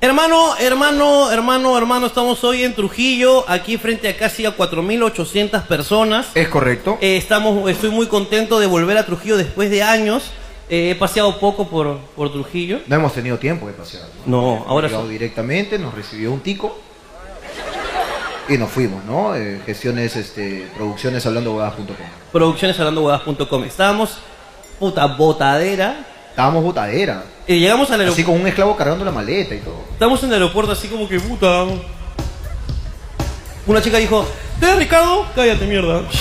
Hermano, hermano, hermano, hermano, estamos hoy en Trujillo, aquí frente a casi a 4.800 personas. Es correcto. Eh, estamos, estoy muy contento de volver a Trujillo después de años. Eh, he paseado poco por, por Trujillo. No hemos tenido tiempo de pasear. No, ahora Llegado sí. directamente, nos recibió un tico y nos fuimos, ¿no? Eh, gestiones, este, producciones hablando bodadas.com. Produccioneshablandohuevadas.com. Estábamos, puta, botadera. Estábamos botadera, Eh, llegamos al así aeropuerto. con un esclavo cargando la maleta y todo. Estamos en el aeropuerto así como que puta. Una chica dijo, ¿Te Ricardo? Cállate mierda.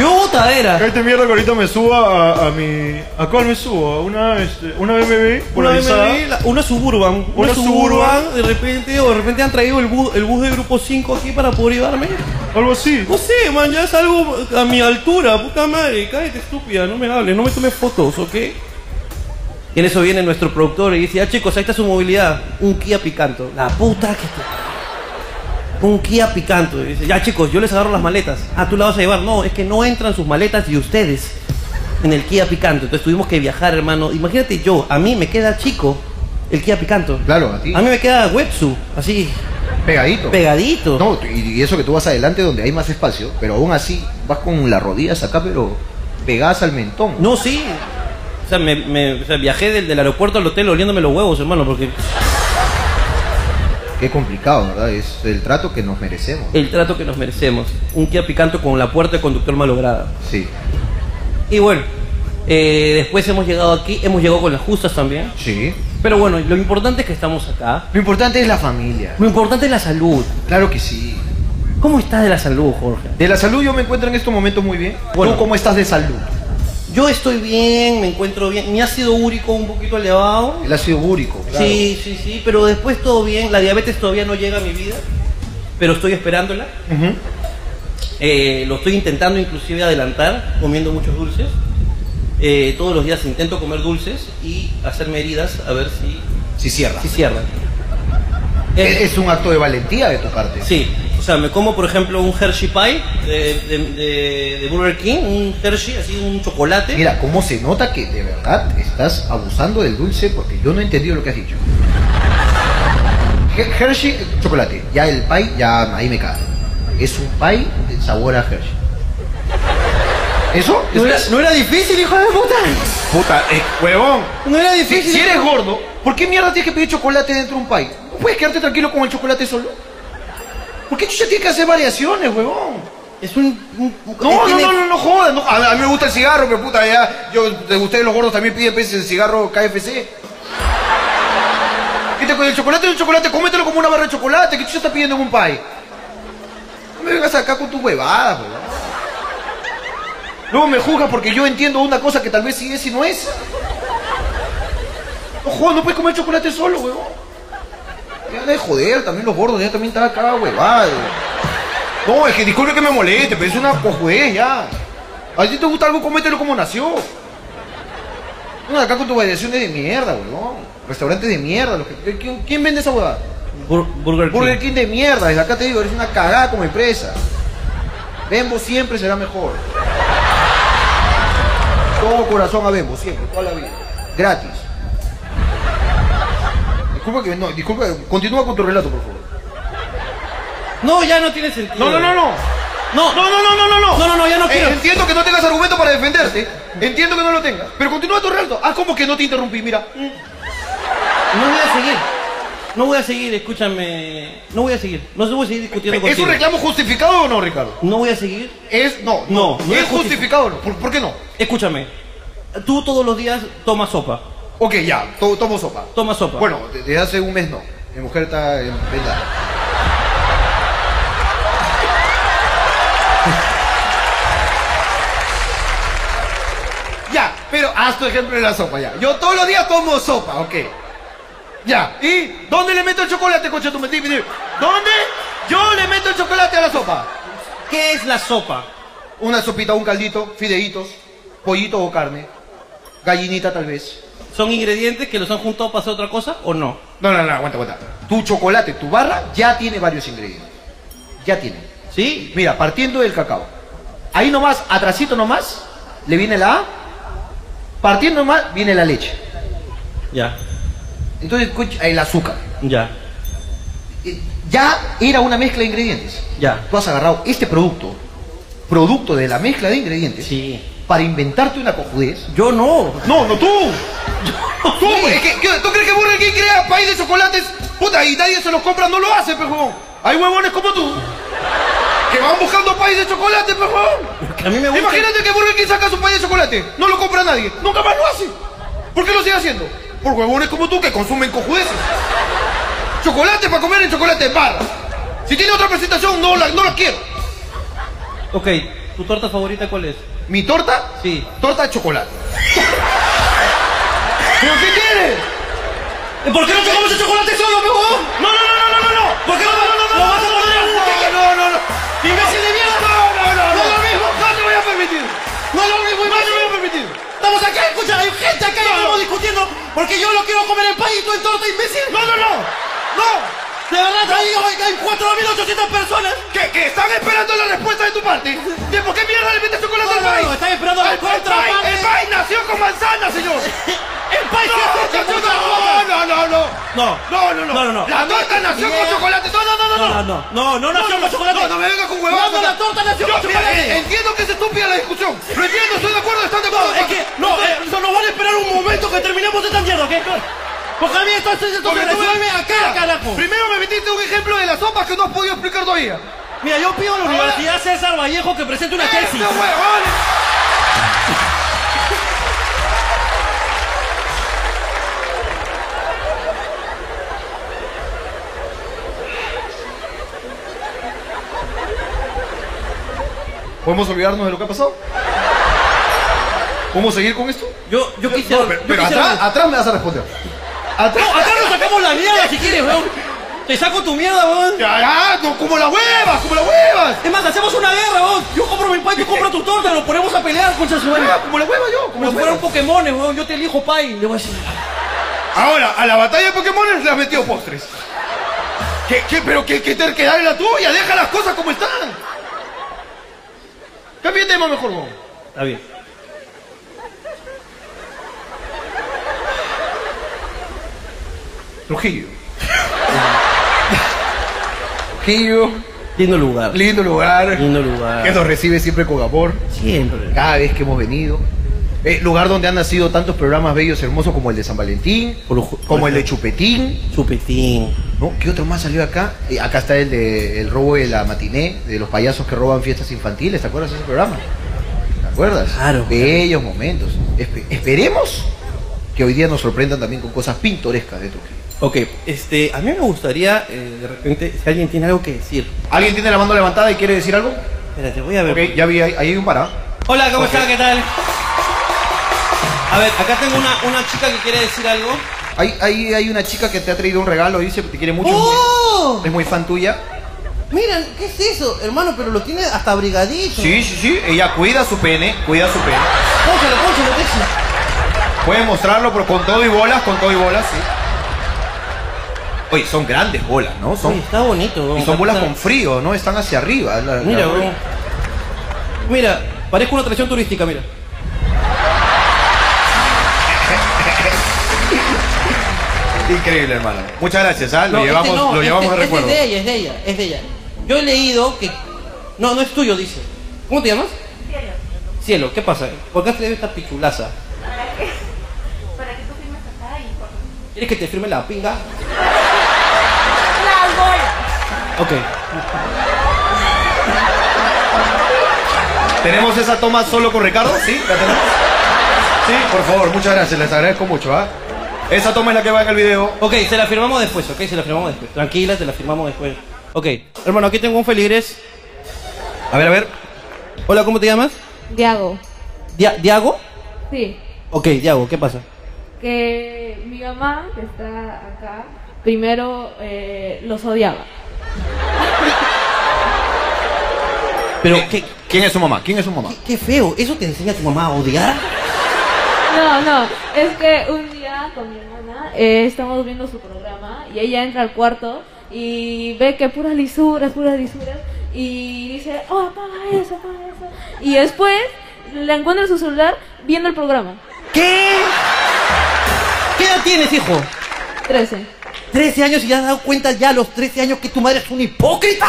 Yo botadera. Cállate mierda que ahorita me suba a, a mi... ¿A cuál me subo? A una, este, una BMB Una polarizada. BMW, la- una suburban. Una, Una suburban, Suburban. de repente, o de repente han traído el bus, el bus de grupo 5 aquí para poder llevarme. Algo así. No sé, man, ya es algo a mi altura, puta madre, cállate estúpida, no me hables, no me tomes fotos, ¿ok? Y en eso viene nuestro productor y dice, ah chicos, ahí está su movilidad, un Kia Picanto. La puta que te- Un Kia Picanto. Y dice, ya chicos, yo les agarro las maletas. Ah, tú la vas a llevar. No, es que no entran sus maletas y ustedes en el Kia Picanto. Entonces tuvimos que viajar, hermano. Imagínate yo, a mí me queda chico el Kia Picanto. Claro, a ti. A mí me queda Wetsu, así, Pegadito. pegadito. No, y, y eso que tú vas adelante donde hay más espacio, pero aún así vas con las rodillas acá, pero pegadas al mentón. No, sí. O sea, me, me- o sea, viajé del, del aeropuerto al hotel oliéndome los huevos, hermano, porque Qué complicado, ¿verdad? Es el trato que nos merecemos. el trato que nos merecemos. Un Kia Picanto con la puerta de conductor malograda. Sí, Y bueno, eh, después hemos llegado aquí, hemos llegado con las justas también. sí. Pero bueno, lo importante es que estamos acá. Lo importante es la familia. Lo importante es la salud. Claro que sí. ¿Cómo estás de la salud, Jorge? De la salud yo me encuentro en estos momentos muy bien. Bueno. ¿Tú cómo estás de salud? Yo estoy bien, me encuentro bien. Mi ácido úrico un poquito elevado. El ácido úrico. claro. Sí, sí, sí, pero después todo bien. La diabetes todavía no llega a mi vida, pero estoy esperándola. Ujú. Eh, lo estoy intentando inclusive adelantar, comiendo muchos dulces. Eh, todos los días intento comer dulces y hacerme heridas a ver si, Sí, cierra. si cierran. Es, Eh, es un acto de valentía de tu parte. sí, o sea, me como por ejemplo un Hershey Pie de, de, de- de Burger King, un Hershey, así un chocolate. Mira, cómo se nota que de verdad estás abusando del dulce porque yo no he entendido lo que has dicho. He- Hershey, eh, chocolate. Ya el pie, ya ahí me cae. Es un pie de sabor a Hershey. ¿Eso? no, era, ¿Eso es? no era difícil, hijo de puta. Puta, eh, huevón. No era Si, difícil. si eres gordo, ¿por qué mierda tienes que pedir chocolate dentro de un pie? ¿No puedes quedarte tranquilo con el chocolate solo? ¿Por qué chucha tienes que hacer variaciones, huevón? Es un... un- un- No, no, tiene- no, no, no jodas. no. A, a mí me gusta el cigarro, pero puta, ya. Yo, de ustedes los gordos también piden pues, el cigarro KFC. ¿Qué te, el chocolate es un chocolate, cómetelo como una barra de chocolate. ¿Qué chucha estás pidiendo en un pie? No me vengas acá con tus huevadas, huevón. Luego me juzgas porque yo entiendo una cosa que tal vez sí es y no es. No jodas, no puedes comer chocolate solo, huevón. Ya de joder, también los gordos, ya también estaba acá, huevada. huevón. No, es que disculpe que me moleste, pero es una cojudez ya. A ti te gusta algo, comételo como nació. No, acá con tus variaciones de mierda, weón. Restaurantes de mierda. los que- ¿quién, quién vende esa huevada? Bur- Burger King. Burger King de mierda. Desde acá te digo, eres una cagada como empresa. Bembo siempre será mejor. Todo corazón a Bembo, siempre, toda la vida. Gratis. Disculpa que, no, disculpa, continúa con tu relato, por favor. No, ya no tiene sentido. No, no, no, no. No, No, no, no, no, no, no. no, no, no, ya no Eh, quiero. entiendo que no tengas argumento para defenderte. Entiendo que no lo tengas. Pero continúa tu relato. Ah, como que no te interrumpí, mira. No voy a seguir. No voy a seguir, escúchame. No voy a seguir. No voy a seguir discutiendo ¿Es contigo. un reclamo justificado o no, Ricardo? No voy a seguir. Es, no, No, no. no es ¿Es justificado o no? ¿Por, por qué no? Escúchame. Tú todos los días tomas sopa. Ok, ya, to- tomo sopa. Tomas sopa. Bueno, de- desde hace un mes no. Mi mujer está en venta. ya, pero haz tu ejemplo de la sopa, ya. Yo todos los días como sopa, ok. Ya, ¿y dónde le meto el chocolate, coche? Tú me dime, dime. ¿Dónde yo le meto el chocolate a la sopa? ¿Qué es la sopa? Una sopita, un caldito, fideitos, pollito o carne, gallinita tal vez. ¿Son ingredientes que los han juntado para hacer otra cosa o no? No, no, no, aguanta, aguanta. Tu chocolate, tu barra, ya tiene varios ingredientes. Ya tiene. ¿Sí? Mira, partiendo del cacao. Ahí nomás, atrasito nomás, le viene la A. Partiendo nomás, viene la leche. Ya. Entonces, coche, el azúcar. Ya, Eh, Ya era una mezcla de ingredientes. ya. Tú has agarrado este producto, producto de la mezcla de ingredientes, Sí. para inventarte una cojudez. Yo no. No, no tú. ¿Tú, es que- que- ¿tú crees que Burger King crea país de chocolates? Puta, y nadie se los compra, no lo hace, pejón. Hay huevones como tú. Que van buscando país de chocolate, pejón. Que a mí me gusta. Imagínate que Burger King saca su país de chocolate. No lo compra nadie. Nunca más lo hace. ¿Por qué lo sigue haciendo? Por huevones como tú que consumen cojudeces. Chocolate para comer en chocolate de barra. Si tiene otra presentación, no la, no la quiero. Ok, ¿tu torta favorita cuál es? ¿Mi torta? Sí. Torta de chocolate. ¿Pero qué quieres? ¿Por qué no te comes el chocolate solo, pejón? No, no, no, no, no, no. ¿Por qué no, no, no, no, vas a comer? No, no, no. ¡Imbécil de mierda! No, no, no. No lo mismo, no te voy a permitir. No lo mismo, no te voy a permitir. Estamos acá, escucha, hay gente acá y estamos discutiendo porque yo lo quiero comer en país y tú en torta, imbécil. No, no, no. No. De verdad, ahí hay, hay 4.800 personas. Que, que están esperando la respuesta de tu parte. ¿De por qué mierda le metes chocolate No, al no, país? no, están esperando la El- el país- contraparte. El país nació con manzana, señor. ¡En país! No, nació con- no, no, no. No, No, no, no. No, no, no. La torta nació con chocolate. No, no, no, no. no, no, no, no nació con chocolate. No, no me vengas con huevadas. No, no, la torta nació con Yo, mira, chocolate. eh, Entiendo que es estúpida la discusión. Lo entiendo, estoy de acuerdo, están de acuerdo. No, es que, no, eh, no nos van a esperar un momento que terminemos esta mierda, ¿ok? Porque a mí esto es esto Porque me tú me- resuelve acá, carajo. Primero me metiste un ejemplo de las sopas que no has podido explicar todavía. Mira, yo pido a la Universidad César Vallejo que presente una ¡Este tesis. huevón! ¿Podemos olvidarnos de lo que ha pasado? ¿Podemos seguir con esto? Yo, yo quisiera... Pero, yo pero quisiera- atrás, atrás me vas a responder. Atrás. No, acá nos sacamos la mierda si quieres, weón. Te saco tu mierda, weón. Ya, ya, no, como la huevas, como la huevas. Es más, hacemos una guerra, weón. Yo compro mi pay, tú compras tu torta, nos ponemos a pelear, concha su madre. Ah, Como la hueva yo, como Como la si fueran hueva. Pokémon, weón. Yo te elijo pay. Le voy a decir... Ahora, a la batalla de Pokémon le has metido postres. ¿Qué, qué, pero qué, qué terquedad es la tuya? Deja las cosas como están. Cambia de tema mejor, weón. Está bien. Trujillo. Trujillo, Lindo lugar. lindo lugar. Lindo lugar. Que nos recibe siempre con amor. Siempre. Cada vez que hemos venido. Eh, lugar donde han nacido tantos programas bellos y hermosos como el de San Valentín, Orujo- como el de Chupetín. Chupetín. ¿No? ¿Qué otro más salió acá? Eh, acá está el de el robo de la matiné, de los payasos que roban fiestas infantiles, ¿te acuerdas de ese programa? ¿Te acuerdas? Claro. Bellos momentos. Espe- esperemos que hoy día nos sorprendan también con cosas pintorescas de Trujillo. Ok, este, a mí me gustaría, eh, de repente, si alguien tiene algo que decir. ¿Alguien tiene la mano levantada y quiere decir algo? Espérate, voy a ver. Ok, ya vi, ahí ahí hay un parado. Hola, ¿cómo Ok. está? ¿Qué tal? A ver, acá tengo una, una chica que quiere decir algo. Ahí, ahí hay una chica que te ha traído un regalo, dice que te quiere mucho. es muy- ¡Oh! Es muy fan tuya. Miren, ¿qué es eso? Hermano, pero lo tiene hasta abrigadito. Sí, sí, sí. Ella cuida su pene, cuida su pene. Pónselo, pónselo, Texi. Pueden mostrarlo, pero con todo y bolas, con todo y bolas, sí. Oye, son grandes bolas, ¿no? Uy, Son, está bonito. y weón. son bolas Está- con frío, ¿no? Están hacia arriba. la- la- Mira, la- weón. Mira, parezco una atracción turística, mira. Increíble, hermano. Muchas gracias, ¿ah? Lo No, llevamos, este no, lo este- llevamos de este recuerdo. Es de ella, es de ella, es de ella. Yo he leído que. No, no es tuyo, dice. ¿Cómo te llamas? Cielo, Cielo, ¿qué pasa? ¿Por qué has traído esta pichulaza? para que, para que tú firmes acá y por ¿Quieres que te firme la pinga? las bolas. Ok. ¿Tenemos esa toma solo con Ricardo? Sí, la tenemos. Sí, por favor, muchas gracias. Les agradezco mucho, ¿ah? Esa toma es la que va en el video. Ok, se la firmamos después, ok, se la firmamos después. Tranquila, se la firmamos después. Ok, hermano, aquí tengo un feligres. A ver, a ver. Hola, ¿cómo te llamas? Diago, Dia- ¿Diago? sí, Ok, Diago, ¿qué pasa? que mi mamá, que está acá, primero eh, los odiaba. Pero, ¿qué, Eh, ¿Quién es su mamá? ¿Quién es su mamá? qué, qué feo, ¿eso te enseña tu mamá a odiar? No, no, es que un día con mi hermana eh, estamos viendo su programa y ella entra al cuarto y ve que puras lisuras, puras lisuras y dice, oh, apaga eso, apaga eso. Y después la encuentra en su celular viendo el programa. ¿Qué? ¿Qué edad tienes, hijo? 13. 13 años y ya has dado cuenta ya a los 13 años que tu madre es una hipócrita.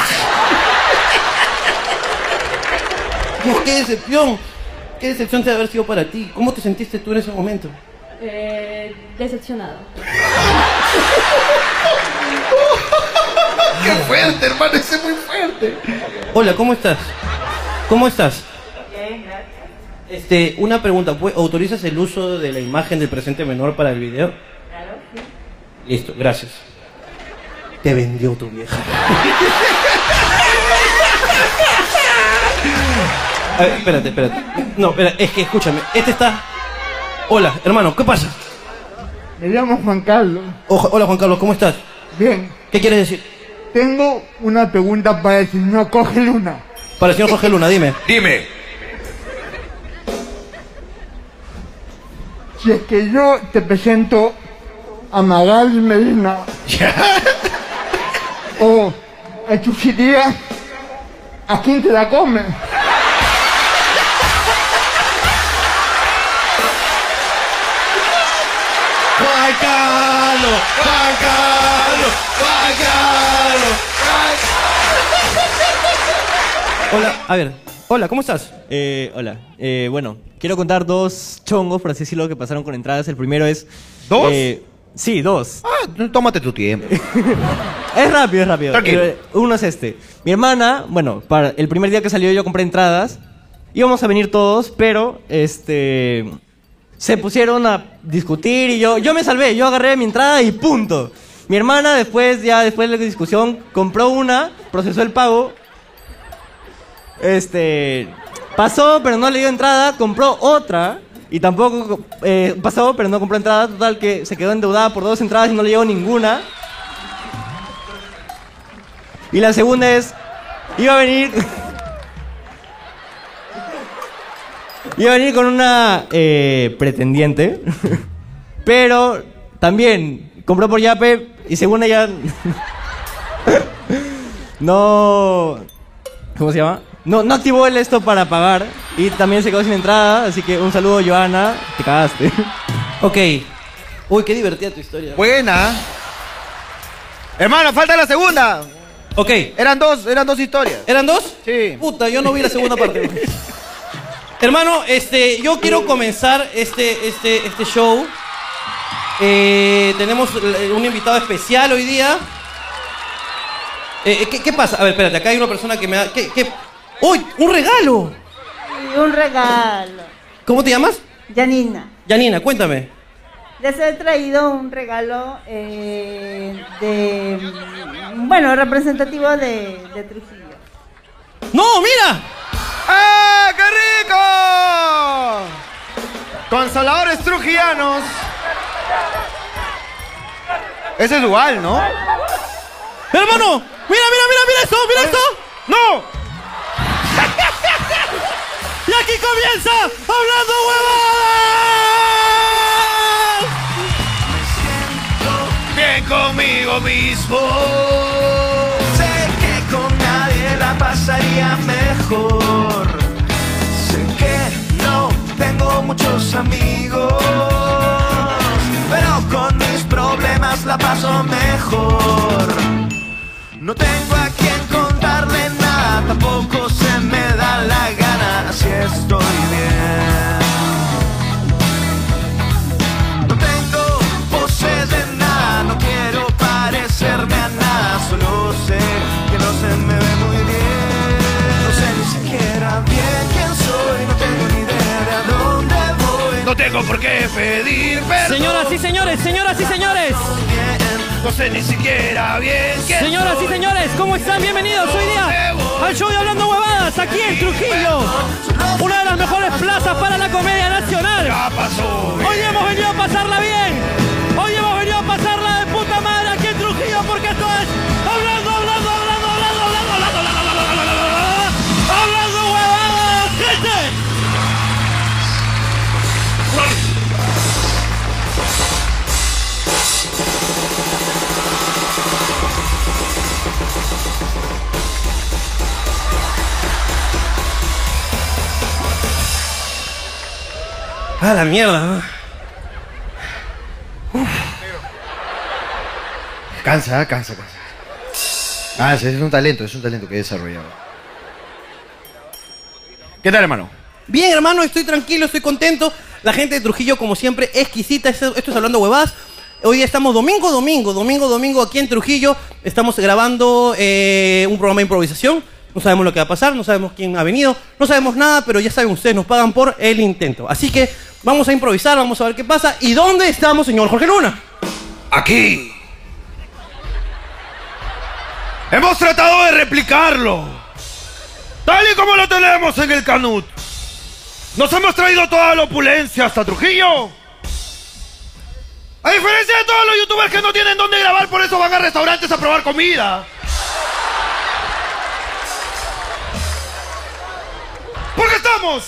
Dios, qué decepción. Qué decepción de haber sido para ti. ¿Cómo te sentiste tú en ese momento? Eh, decepcionado. ¡Qué fuerte, hermano! Ese es muy fuerte. Hola, ¿cómo estás? ¿Cómo estás? Bien, gracias. Este, una pregunta, ¿pu- ¿autorizas el uso de la imagen del presente menor para el video? Claro, sí. Listo, gracias. Te vendió tu vieja. A ver, espérate, espérate. No, espera, es que escúchame, este está. Hola, hermano, ¿qué pasa? Me llamo Juan Carlos. Ojo- hola Juan Carlos, ¿cómo estás? Bien, ¿Qué quieres decir? tengo una pregunta para el señor Coge Luna. Para el señor Jorge Luna, dime. Dime. Si es que yo te presento a Magal Medina o a Chuchiría, ¿a quién te la come? Juan Carlos, Juan Carlos, Juan Carlos. Hola, a ver. Hola, ¿cómo estás? Eh, hola. Eh, bueno, quiero contar dos chongos, por así decirlo, que pasaron con entradas. El primero es. ¿Dos? eh, sí, dos. Ah, tú tómate tu tiempo. Es rápido, es rápido. Tranquilo. Eh, uno es este. Mi hermana, bueno, para el primer día que salió yo compré entradas. Íbamos a venir todos, pero este se pusieron a discutir y yo yo me salvé, yo agarré mi entrada y punto. Mi hermana después ya después de la discusión compró una, procesó el pago. Este pasó, pero no le dio entrada, compró otra y tampoco eh, pasó, pero no compró entrada, total que se quedó endeudada por dos entradas y no le llegó ninguna. Y la segunda es, iba a venir... iba a venir con una eh, pretendiente, pero también compró por Yape y según ella... no... ¿Cómo se llama? No, no activó el esto para pagar y también se quedó sin entrada, así que un saludo Joana, te cagaste. Ok. Uy, qué divertida tu historia. Buena. Hermano, falta la segunda. Ok. Eran dos, eran dos historias. ¿Eran dos? Sí. Puta, yo no vi la segunda parte. Hermano, este, yo quiero comenzar este, este, este show. Eh, tenemos eh, un invitado especial hoy día. Eh, eh, ¿qué, qué pasa? A ver, espérate, acá hay una persona que me da. ¿Qué? qué? ¡Uy! ¡Un regalo! Y un regalo. ¿Cómo te llamas? Janina, Yanina, cuéntame. les he traído un regalo eh, de, mm, bueno, representativo de, de Trujillo. ¡No, mira! ¡Ah, qué rico! Consoladores trujillanos. Ese es dual, ¿no? ¡Hermano! ¡Mira, mira, mira, mira esto! ¡Mira esto! ¡No! ¡Y aquí comienza Hablando Huevadas! Bien conmigo mismo. Sé que con nadie la pasaría mejor. Sé que no tengo muchos amigos, pero con mis problemas la paso mejor. No tengo a quien contarle nada, tampoco se me da la gana si estoy bien. No tengo poses de nada, no quiero parecerme a nada, solo sé que no se me ve muy bien. No sé ni siquiera bien quién soy, no tengo ni idea de a dónde voy. No tengo por qué pedir perdón. Señoras y señores, señoras y señores. Bien, No sé ni siquiera bien quién Señoras y soy. señores, ¿cómo están? Bienvenidos hoy día al show de Hablando Huevadas, aquí en Trujillo, una de las mejores plazas para la comedia nacional. Ya pasó. Hoy hemos venido a pasarla bien, hoy hemos venido a pasarla de puta madre aquí en Trujillo, porque esto es Hablando, Hablando, Hablando, Hablando, Hablando, Hablando, Hablando, Hablando, Hablando, Hablando, Hablando Huevadas, gente. ¡Ah, la mierda! Uf. Cansa, ah, cansa, cansa. Cansa, es un talento, es un talento que he desarrollado. ¿Qué tal, hermano? Bien, hermano, estoy tranquilo, estoy contento. La gente de Trujillo, como siempre, exquisita. Esto esto es hablando huevadas. Hoy día estamos domingo, domingo, domingo, domingo aquí en Trujillo. Estamos grabando eh, un programa de improvisación. No sabemos lo que va a pasar, no sabemos quién ha venido, no sabemos nada, pero ya saben ustedes, nos pagan por el intento. Así que vamos a improvisar, vamos a ver qué pasa. ¿Y dónde estamos, señor Jorge Luna? Aquí. Hemos tratado de replicarlo. Tal y como lo tenemos en el Canut. Nos hemos traído toda la opulencia hasta Trujillo. A diferencia de todos los youtubers que no tienen dónde grabar, por eso van a restaurantes a probar comida. Porque estamos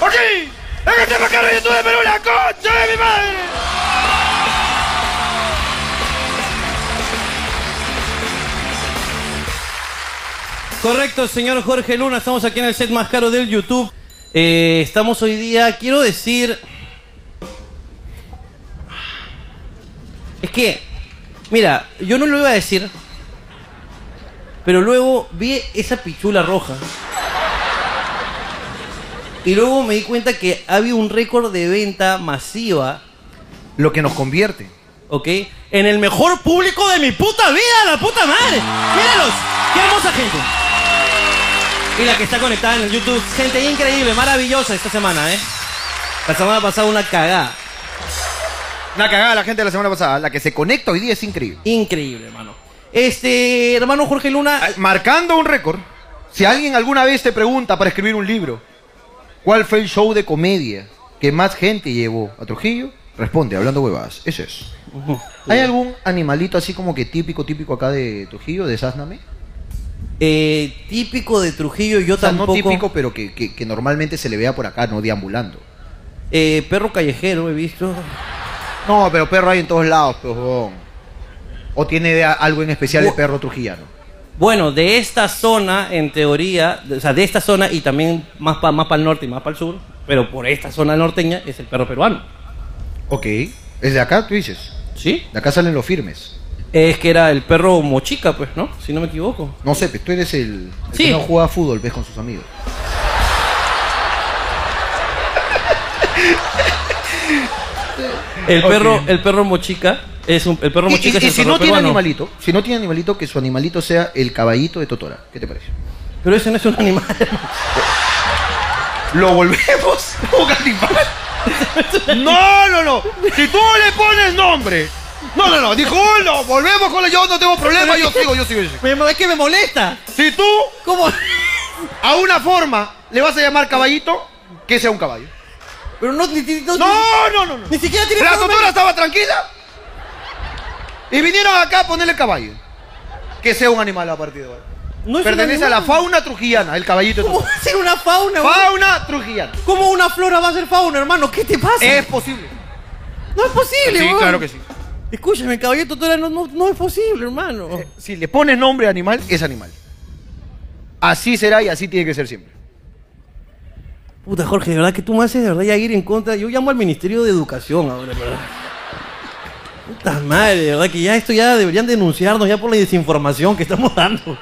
aquí, en este macarro de YouTube de Perú, la concha de mi madre. Correcto, señor Jorge Luna, estamos aquí en el set más caro del YouTube. Eh, estamos hoy día, quiero decir... Es que, mira, yo no lo iba a decir, pero luego vi esa pichula roja. Y luego me di cuenta que había un récord de venta masiva, Lo que nos convierte. ¿ok? En el mejor público de mi puta vida, la puta madre. Míralos, qué hermosa gente. Y la que está conectada en el YouTube, gente increíble, maravillosa esta semana, ¿eh? La semana pasada una cagada. Una cagada la gente de la semana pasada. La que se conecta hoy día es increíble. Increíble, hermano. Este, hermano Jorge Luna, Ay, Marcando un récord. Si alguien alguna vez te pregunta para escribir un libro, ¿cuál fue el show de comedia que más gente llevó a Trujillo? Responde, hablando huevadas. Eso es. ¿Hay algún animalito así como que típico, típico acá de Trujillo, de Sásname? eh, típico de Trujillo, yo O sea, tampoco. no típico, pero que, que- que normalmente se le vea por acá, no deambulando. Eh, perro callejero he visto. No, pero perro hay en todos lados, pues, huevón. O tiene de- algo en especial el perro trujillano. Bueno, de esta zona, en teoría, de- o sea, de esta zona y también más para más el norte y más para el sur, pero por esta zona norteña es el perro peruano. Ok. ¿Es de acá, tú dices? ¿Sí? De acá salen los firmes. Es que era el perro mochica, pues, ¿no? Si no me equivoco. No sé, pues tú eres el, el Sí. que no juega fútbol, ves con sus amigos. El perro, el perro mochica es un, el perro Y, mochica y- es y el si perro no tiene peruano. animalito, si no tiene animalito, que su animalito sea el caballito de Totora. ¿Qué te parece? Pero ese no es un animal. Lo volvemos un animal. No, no, no. Si tú le pones nombre. No, no, no. Dijo, "Oh, no, volvemos con la. Yo no tengo problema. Yo sigo, yo sigo, yo sigo. Me- me- es que me molesta. Si tú ¿Cómo? a una forma le vas a llamar caballito, que sea un caballo. Pero no, ni, ni- no- No, no, no, no. ni siquiera tiene La forma. Totora estaba tranquila. Y vinieron acá a ponerle caballo. Que sea un animal a partir de ahora. No es un Pertenece a animal. la fauna trujillana, el caballito de ¿Cómo Totora. va a ser una fauna? güey? Fauna trujillana. ¿Cómo una flora va a ser fauna, hermano? ¿Qué te pasa? Eh, Es posible. No es posible, Sí, weón. claro que sí. Escúchame, caballito, Totora, no, no, no es posible, hermano. Si le pones nombre a animal, es animal. Así será y así tiene que ser siempre. Puta, Jorge, de verdad que tú me haces de verdad ya ir en contra. Yo llamo al Ministerio de Educación ahora, de verdad. Puta madre, de verdad que ya esto ya deberían denunciarnos ya por la desinformación que estamos dando.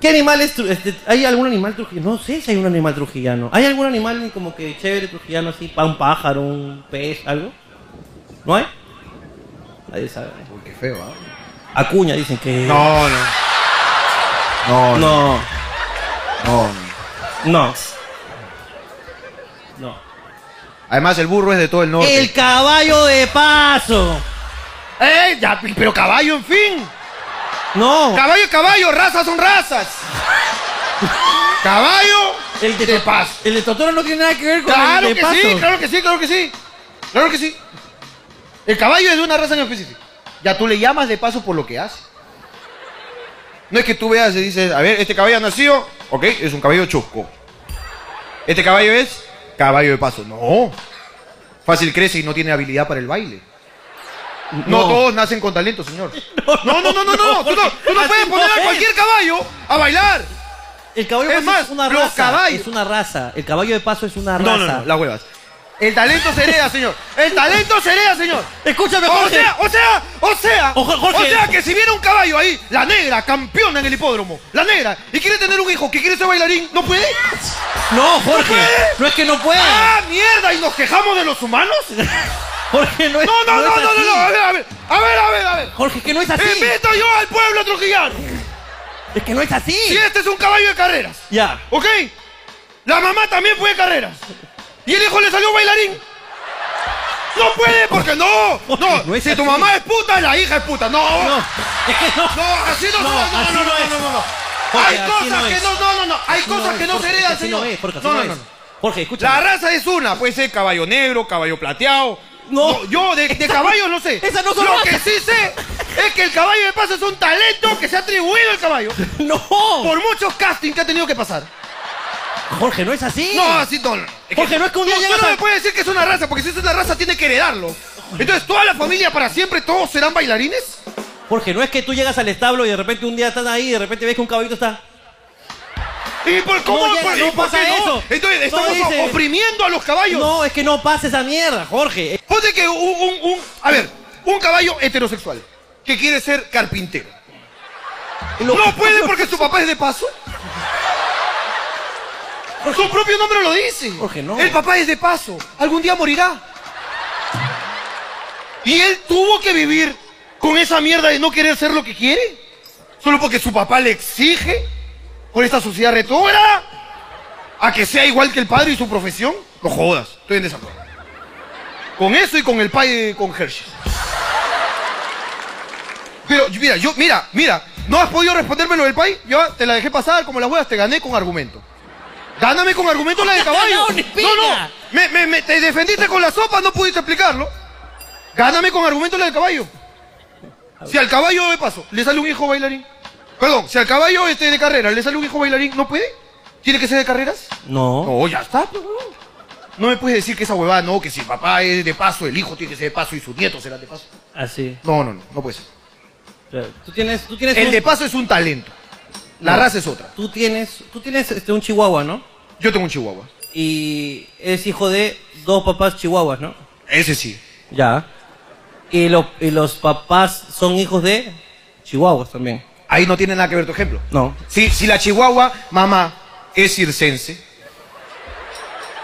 ¿Qué animal es tru- este, ¿Hay algún animal trujillano? No sé si hay un animal trujillano. ¿Hay algún animal como que chévere trujillano así? pa- ¿Un pájaro, un pez, algo? ¿No hay? Nadie sabe. Uy, qué feo, ¿ah? Acuña dicen que... No, no. No, no. No. no. No. No. Además, el burro es de todo el norte. El caballo de paso. ¡Eh! ya, pero caballo, en fin. No. Caballo es caballo, razas son razas. caballo El de, de Tot- paz. El de Totoro no tiene nada que ver con Claro el de que paso. sí, claro que sí, claro que sí. Claro que sí. El caballo es de una raza en específico. Ya tú le llamas de paso por lo que hace. No es que tú veas y dices, a ver, este caballo ha nacido, ok, es un caballo chusco. Este caballo es caballo de paso. No. Fácil crece y no tiene habilidad para el baile. No, todos nacen con talento, señor. No, no, no, no, no. Tú no, tú no Así puedes no poner a es. cualquier caballo a bailar. El caballo de Es paso es más, una los raza. caballos. Es una raza. El caballo de paso es una raza. No, no, no, las huevas. El talento se hereda, señor. El talento se hereda, señor. Escúchame, O Jorge. sea, o sea, o sea, O- Jorge. o sea que si viene un caballo ahí, la negra, campeona en el hipódromo, la negra, y quiere tener un hijo que quiere ser bailarín, ¿no puede? Eh. No, Jorge. No es que no pueda. ¡Ah, mierda! ¿Y nos quejamos de los humanos? Jorge, no es No, no, no, es no, no, así. no, Eh, a ver, a ver, a ver, a ver, a ver. Jorge, es que no es así. Invito yo al pueblo trujillano. Es que no es así. Y este es un caballo de carreras. Ya. ¿Ok? La mamá también fue de carreras. Y el hijo le salió bailarín. No puede, porque no. No, No es si tu así. mamá es puta, la hija es puta. No, No, no, es que no. así no, se- No, no, así no, no, no no, es. no, no, no. Jorge, Hay así cosas no que es. no, no, no, no. Hay Así cosas es, que no se Jorge, heredan, así señor. No, es, Jorge, así No, no no, es. no, no. Jorge, escúchame. La raza es una, puede ser caballo negro, caballo plateado. No. yo de, de caballos no sé. esas no son Lo razas. que sí sé es que el caballo de paso es un talento que se ha atribuido al caballo No. por muchos castings que ha tenido que pasar. Jorge, no es así. No, así no. que- Jorge, no es que un día tú llegas no a- me puedes decir que es una raza, porque si es una raza tiene que heredarlo. Entonces, ¿toda la familia para siempre todos serán bailarines? Jorge, no es que tú llegas al establo y de repente un día estás ahí y de repente ves que un caballito está. ¿Y por cómo? No, ya, no por- y por qué pasa no? eso. Entonces, No estamos dice- oprimiendo a los caballos. No, es que no pasa esa mierda, Jorge. Eh, Ponte que un, un- un- A ver, un caballo heterosexual que quiere ser carpintero. lo- No puede porque su papá es de paso. Su propio nombre lo dice. Jorge, no. El papá es de paso. Algún día morirá. Y él tuvo que vivir con esa mierda de no querer ser lo que quiere. Solo porque su papá le exige. Por esta sociedad retora. A que sea igual que el padre y su profesión. No jodas. Estoy en desacuerdo. Con eso y con el pie con Hershey. Pero yo- mira, yo, mira, mira, no has podido responderme lo del país. Yo te la dejé pasar como las huevas, te gané con argumento. Gáname con argumento la de caballo. No, ni No, no, pina. me, me- me- te defendiste con la sopa, no pudiste explicarlo. Gáname con argumento la del caballo. Si al caballo de paso le sale un hijo bailarín, perdón, si al caballo este de carrera le sale un hijo bailarín, ¿no puede? ¿Tiene que ser de carreras? No. No, ya está, pues, huevón. No me puedes decir que esa huevada no, que si el papá es de paso, el hijo tiene que ser de paso y sus nietos serán de paso. Así. No, no, no, no puede ser. O sea, Tú tienes, tú tienes El un- de paso es un talento. La No. raza es otra. Tú tienes, tú tienes este, un chihuahua, ¿no? Yo tengo un chihuahua. Y es hijo de dos papás chihuahuas, ¿no? Ese sí. Ya. Y, lo- y los papás son hijos de chihuahuas también. Ahí no tiene nada que ver tu ejemplo. No. Si, si la chihuahua, mamá, es circense,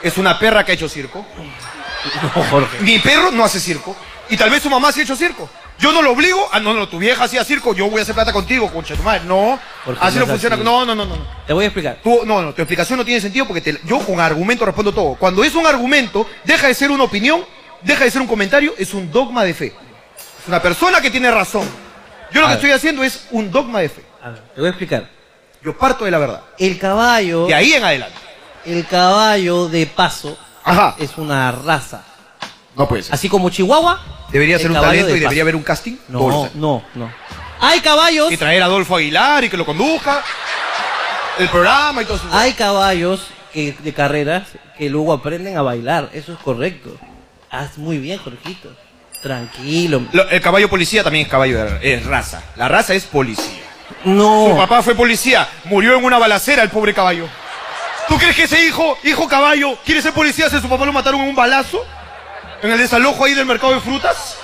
es una perra que ha hecho circo, No, Jorge. mi perro no hace circo, y tal vez su mamá sí ha hecho circo. Yo no lo obligo a, no, no, tu vieja hacía circo, yo voy a hacer plata contigo, concha de tu madre. No, Porque así no no es funciona. así. No, no, no, no. no. Te voy a explicar. Tú- no, no, tu explicación no tiene sentido porque te- yo con argumento respondo todo. Cuando es un argumento, deja de ser una opinión, deja de ser un comentario, es un dogma de fe. Es una persona que tiene razón. Yo lo que ver. estoy haciendo es un dogma de fe. A ver, te voy a explicar. Yo parto de la verdad. El caballo, De ahí en adelante. el caballo de paso Ajá. es una raza. No puede ser. Así como Chihuahua. Debería el ser un caballo talento de y debería paso. haber un casting. No, Bolsa. no, no. Hay caballos, Y traer a Adolfo Aguilar y que lo conduzca. El programa y todo eso. hay caballos que, de carreras que luego aprenden a bailar. Eso es correcto. Haz muy bien, Jorgito. Tranquilo. Lo- el caballo policía también es caballo, de- es raza. La raza es policía. Su No. papá fue policía, murió en una balacera el pobre caballo. ¿Tú crees que ese hijo, hijo caballo, quiere ser policía si a su papá lo mataron en un balazo? ¿En el desalojo ahí del mercado de frutas?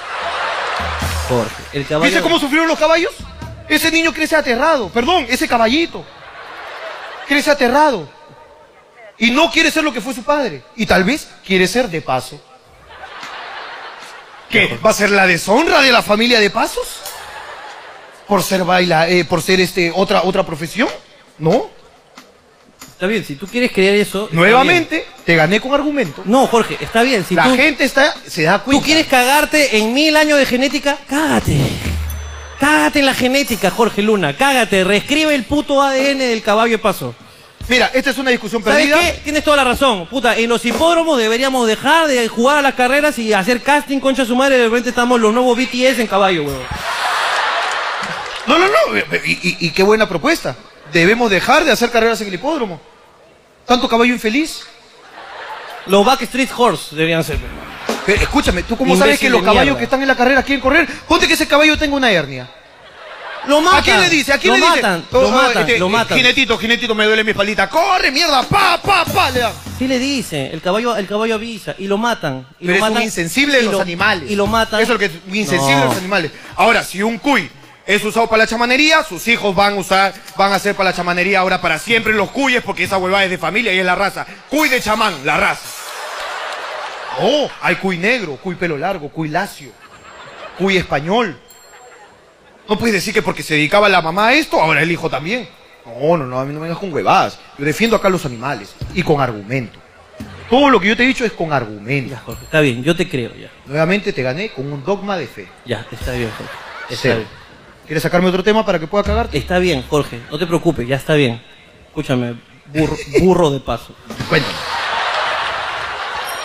Jorge, el caballo. ¿Viste cómo sufrieron los caballos? Ese niño crece aterrado, perdón, ese caballito. Crece aterrado. Y no quiere ser lo que fue su padre. Y tal vez quiere ser de paso. ¿Qué? ¿Va a ser la deshonra de la familia de pasos? ¿Por ser baila, eh, por ser este, otra, otra profesión? No. Está bien, si tú quieres creer eso. está Nuevamente, te gané con argumento. bien. No, Jorge, está bien. Si la tú, gente está, se da tú cuenta. quieres cagarte en mil años de genética, cágate. Cágate en la genética, Jorge Luna. Cágate. Reescribe el puto ADN del caballo de paso. Mira, esta es una discusión ¿Sabes perdida. qué? Tienes toda la razón. Puta, en los hipódromos deberíamos dejar de jugar a las carreras y hacer casting, concha de su madre. De repente estamos los nuevos BTS en caballo, weón. No, no, no. eh, Y, y- y qué buena propuesta. Debemos dejar de hacer carreras en el hipódromo. Tanto caballo infeliz. Los Backstreet Horse deberían ser. weón. Pero Eh, escúchame, ¿tú cómo sabes Imbécil que los de caballos mierda. que están en la carrera quieren correr? Ponte que ese caballo tenga una hernia. Lo matan. ¿A quién le dice? ¿A quién lo le dice? matan, Oh, Lo oh, matan, este, lo matan. Jinetito, jinetito, me duele mi espaldita. ¡Corre, mierda! ¡Pa, pa, pa! Le dan. Sí le dice, el caballo, el caballo avisa y lo matan. Y Pero lo es matan, un insensible de y los lo- animales. Y lo matan. Eso es lo que es un insensible de No. los animales. Ahora, si un cuy es usado para la chamanería, sus hijos van a usar, van a ser para la chamanería ahora para siempre los cuyes, porque esa huevada es de familia y es la raza. Cuy de chamán, la raza. Oh, hay cuy negro, cuy pelo largo, cuy lacio, cuy español. No puedes decir que porque se dedicaba la mamá a esto, ahora el hijo también. No, no, no, a mí no me vengas con huevadas. Yo defiendo acá a los animales y con argumento. Todo lo que yo te he dicho es con argumento. Ya, Jorge, está bien, yo te creo ya. Nuevamente te gané con un dogma de fe. Ya, está bien, Jorge. Está Cero. bien. ¿Quieres sacarme otro tema para que pueda cagarte? Está bien, Jorge, no te preocupes, ya está bien. Escúchame, burro, burro de paso. Cuéntame.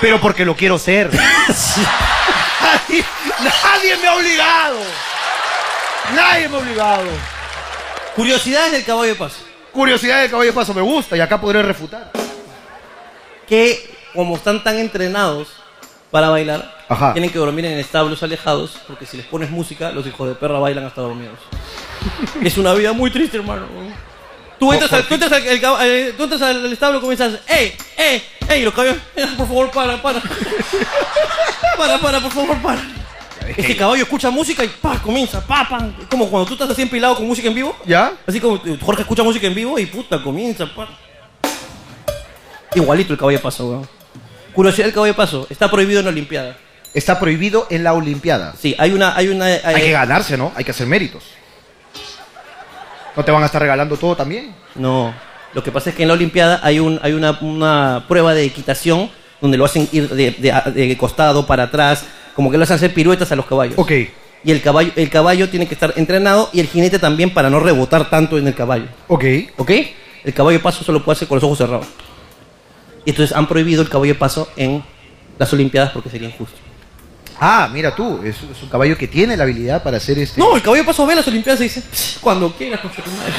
Pero porque lo quiero ser. nadie, nadie me ha obligado. Nadie me ha obligado. Curiosidades del caballo de paso. Curiosidad del caballo de paso me gusta y acá podré refutar. que como están tan entrenados para bailar, Ajá. tienen que dormir en establos alejados, porque si les pones música, los hijos de perra bailan hasta dormidos. es una vida muy triste, hermano. Tú entras, al, tú entras al- al cab- al- tú entras al- al establo y comienzas, ¡Ey! ¡Ey! ¡Ey! Los caballos, "Eh, por favor, para, para. para, para, por favor, para. Este caballo escucha música y pa, comienza, pa, pa. Es como cuando tú estás así empilado con música en vivo. ¿Ya? Así como eh, Jorge escucha música en vivo y puta, comienza. pa. Igualito el caballo de paso, weón. Curiosidad del caballo de paso. Está prohibido en la Olimpiada. Está prohibido en la Olimpiada. Sí, hay una. Hay una eh, Hay que ganarse, ¿no? Hay que hacer méritos. ¿No te van a estar regalando todo también? no. Lo que pasa es que en la Olimpiada hay, un, hay una, una prueba de equitación donde lo hacen ir de, de- de costado para atrás, como que lo hacen hacer piruetas a los caballos. Ok. Y el caballo, el caballo tiene que estar entrenado y el jinete también para no rebotar tanto en el caballo. Ok. ¿Ok? El caballo de paso solo puede hacer con los ojos cerrados. Y entonces han prohibido el caballo de paso en las Olimpiadas porque sería injusto. Ah, mira tú, es, es un caballo que tiene la habilidad para hacer este... No, el caballo de paso ve las Olimpiadas y dice, "Psh, cuando quieras, con su madre".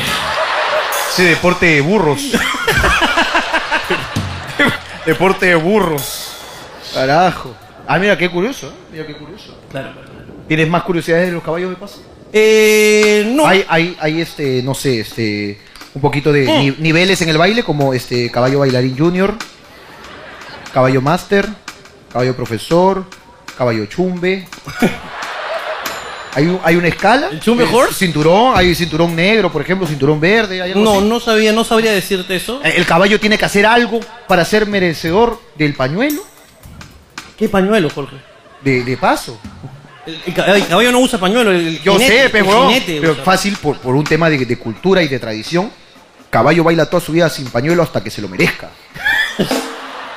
Ese deporte de burros. deporte de burros. Carajo. Ah, mira, qué curioso, ¿eh? Mira qué curioso. Claro. ¿Tienes más curiosidades de los caballos de paso? Eh, no. Hay, hay, hay este, no sé, este, un poquito de Mm. ni- niveles en el baile, como este caballo bailarín junior, caballo master, caballo profesor, caballo chumbe. Hay, un- hay una escala. ¿El chumbe eh, horse? Cinturón, hay cinturón negro, por ejemplo, cinturón verde. hay algo no, así. no sabía, no sabría decirte eso. Eh, El caballo tiene que hacer algo para ser merecedor del pañuelo ¿Qué pañuelo, Jorge? de, de paso. El, el ca- el caballo no usa pañuelo, el, el Yo jinete- sé, pe, el huevón, jinete pero usa. fácil por, por un tema de, de cultura y de tradición. Caballo baila toda su vida sin pañuelo hasta que se lo merezca.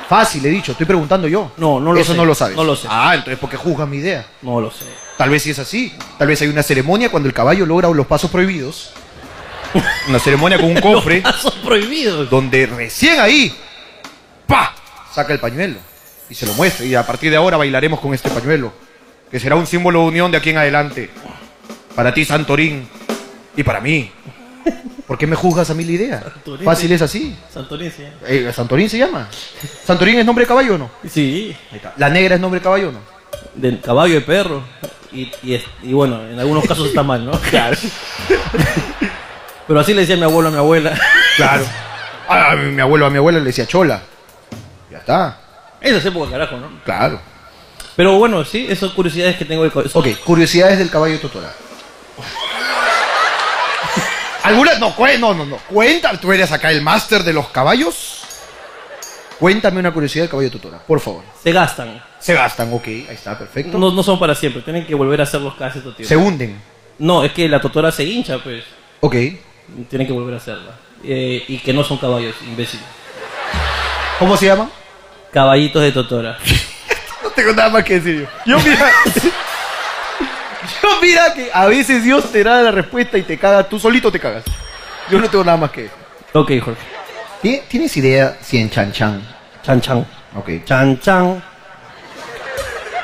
fácil, he dicho, estoy preguntando yo. No, no lo Eso sé, no lo sabes. no lo sé. Ah, entonces ¿por qué juzgas mi idea? No lo sé. Tal vez si es así. Tal vez hay una ceremonia cuando el caballo logra los pasos prohibidos. Una ceremonia con un cofre. Pasos prohibidos. Donde recién ahí, ¡pa! Saca el pañuelo y se lo muestra. Y a partir de ahora bailaremos con este pañuelo. Que será un símbolo de unión de aquí en adelante. Para ti, Santorín. Y para mí. ¿Por qué me juzgas a mí la idea? Santorín, Fácil sí. es así. Santorín, sí. Eh, ¿Santorín se llama? ¿Santorín es nombre de caballo o no? Sí, ¿La negra es nombre de caballo o no? del caballo de perro. Y, y es- y bueno, en algunos casos está mal, ¿no? Claro. Pero así le decía mi abuelo a mi abuela. Claro. A mi mi abuelo, a mi abuela le decía chola. Ya está. Esa es época, carajo, ¿no? Claro. Pero bueno, sí, esas curiosidades que tengo del caballo. Ok, curiosidades del caballo totora. Algunas no, cue- no, no, no. Cuenta, tú eres acá el máster de los caballos. Cuéntame una curiosidad del caballo totora, por favor. Se gastan. Se gastan, ok, ahí está, perfecto. No, no son para siempre, tienen que volver a hacerlos cada cierto tiempo. Se hunden, No, es que la totora se hincha, pues. ok. Tienen que volver a hacerla. Eh, y que no son caballos, imbécil. ¿Cómo se llaman? Caballitos de totora. No tengo nada más que decir yo. Yo mira, yo mira que a veces Dios te da la respuesta y te caga, tú solito te cagas. Yo no tengo nada más que decir. Ok, Jorge. ¿Ti- ¿Tienes idea si en Chan Chan? Chan chan. Ok. Chan chan.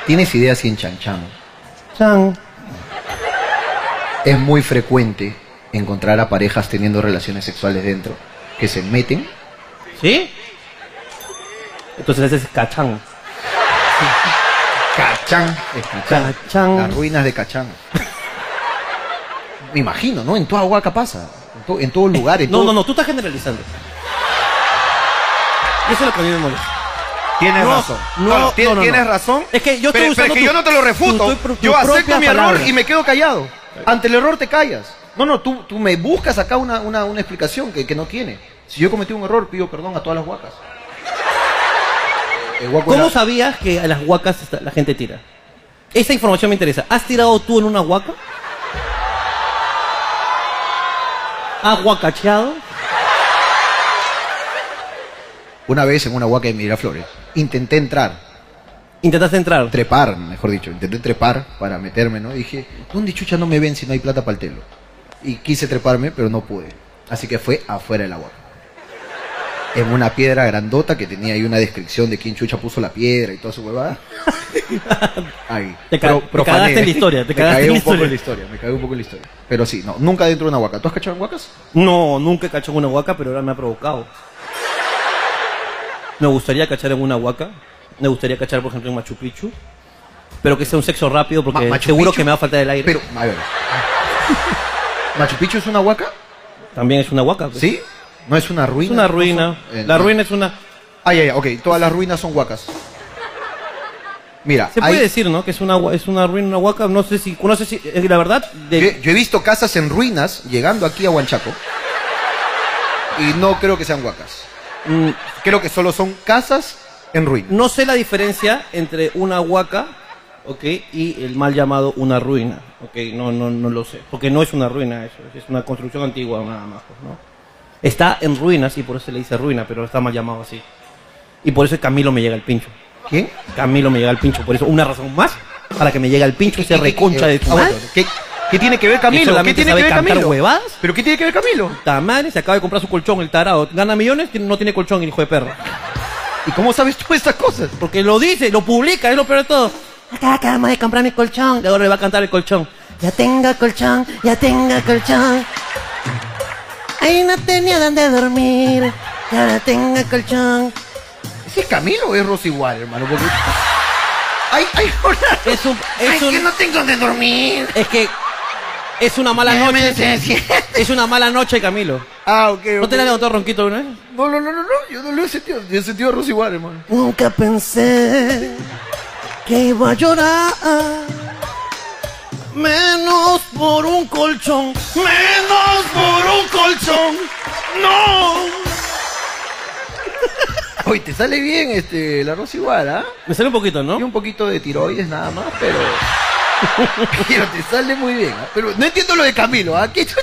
¿Tienes idea si en Chan Chan? Chan. Es muy frecuente encontrar a parejas teniendo relaciones sexuales dentro que se meten. ¿Sí? Entonces ese es cachán. Cachán. Es Cachán. Cachán. Las ruinas de Cachán. Me imagino, ¿no? En toda Huaca pasa. En, to- en todo lugar. En No, todo- no, no, tú estás generalizando. Y eso es lo que a mí me molesta. Tienes No, razón. no, Claro, ti- no, no, no. tienes razón. Es que yo estoy pero, pero usando es que tu- yo no te lo refuto. tu- tu- tu yo acepto propia mi error palabra. y me quedo callado. Ante el error te callas. No, no, tú, tú me buscas acá una, una, una explicación que, que no tiene. Si yo cometí un error, pido perdón a todas las huacas. El huaco ¿Cómo era- sabías que a las huacas esta- la gente tira? Esa información me interesa. ¿Has tirado tú en una huaca? ¿Has huacacheado? Una vez en una huaca de Miraflores, intenté entrar. Intentaste entrar. trepar, mejor dicho, intenté trepar para meterme, ¿no? Dije, ¿dónde chucha no me ven si no hay plata para el telo? Y quise treparme, pero no pude. Así que fue afuera del agua. En una piedra grandota que tenía ahí una descripción de quién chucha puso la piedra y toda su huevada. Ahí. Te ca- Pro- te profané. cagaste en la historia, te me cagaste cagué en un la poco en la historia. historia, me cagué un poco en la historia. Pero sí, no, nunca dentro de una huaca. ¿Tú has cachado en huacas? No, nunca he cachado en una huaca, pero ahora me ha provocado. Me gustaría cachar en una huaca. Me gustaría cachar, por ejemplo, en Machu Picchu. Pero que sea un sexo rápido Ma- porque Machu seguro Picchu. que me va a faltar el aire. Pero, a ver. ¿Machu Picchu es una huaca? También es una huaca. pues. ¿Sí? ¿No es una Es ruina? una ruina. Eh, La no. ruina es una... Ah, ya, ya, ok. Todas las ruinas son huacas. Mira, Se hay- puede decir, ¿no? Que es una, hua- es una ruina, una huaca. No sé si... No sé si... eh, La verdad... de- yo, yo he visto casas en ruinas llegando aquí a Huanchaco. Y no creo que sean huacas. mm, Creo que solo son casas en ruinas. No sé la diferencia entre una huaca, ok, y el mal llamado una ruina, ok, no, no, no lo sé, porque no es una ruina eso, es una construcción antigua nada más, pues, ¿no? Está en ruinas y por eso se le dice ruina, pero está mal llamado así. Y por eso Camilo me llega el pincho. ¿Quién? Camilo me llega el pincho, por eso una razón más para que me llegue el pincho ese reconcha de tu Ah, bueno, madre. ¿Qué, qué tiene que ver ¿Y Camilo? ¿Qué solamente tiene sabe que ver cantar Camilo? huevadas? ¿Pero qué tiene que ver Camilo? Puta madre, se acaba de comprar su colchón, el tarado. Gana millones, no tiene colchón, hijo de perra. ¿Y cómo sabes tú estas cosas? Porque lo dice, lo publica, es lo peor de todo. Acá acabamos de comprar mi colchón. Y ahora le va a cantar el colchón. Ya tengo colchón, ya tengo colchón. Ahí no tenía dónde dormir. Y ahora tengo colchón. ¿Ese es Camilo o es Rosy igual, hermano? Porque... ¡Ay, ay, hola! Es un- es Ay, un- que no tengo donde dormir! Es que es una mala noche. Es una mala noche, Camilo. Ah, ok, ¿No ok. te la has levantado ronquito una vez? No, no, no, no, no, yo no lo he sentido. Yo he sentido a Rosy igual, hermano. Nunca pensé que iba a llorar. Menos por un colchón. Menos por un colchón. No. Oye, te sale bien este, la Rosy igual, ¿ah? Me sale un poquito, Y ¿no? un poquito de tiroides nada más, pero. pero te sale muy bien. ¿ah? Pero no entiendo lo de Camilo, ¿ah? ¿Qué chucha?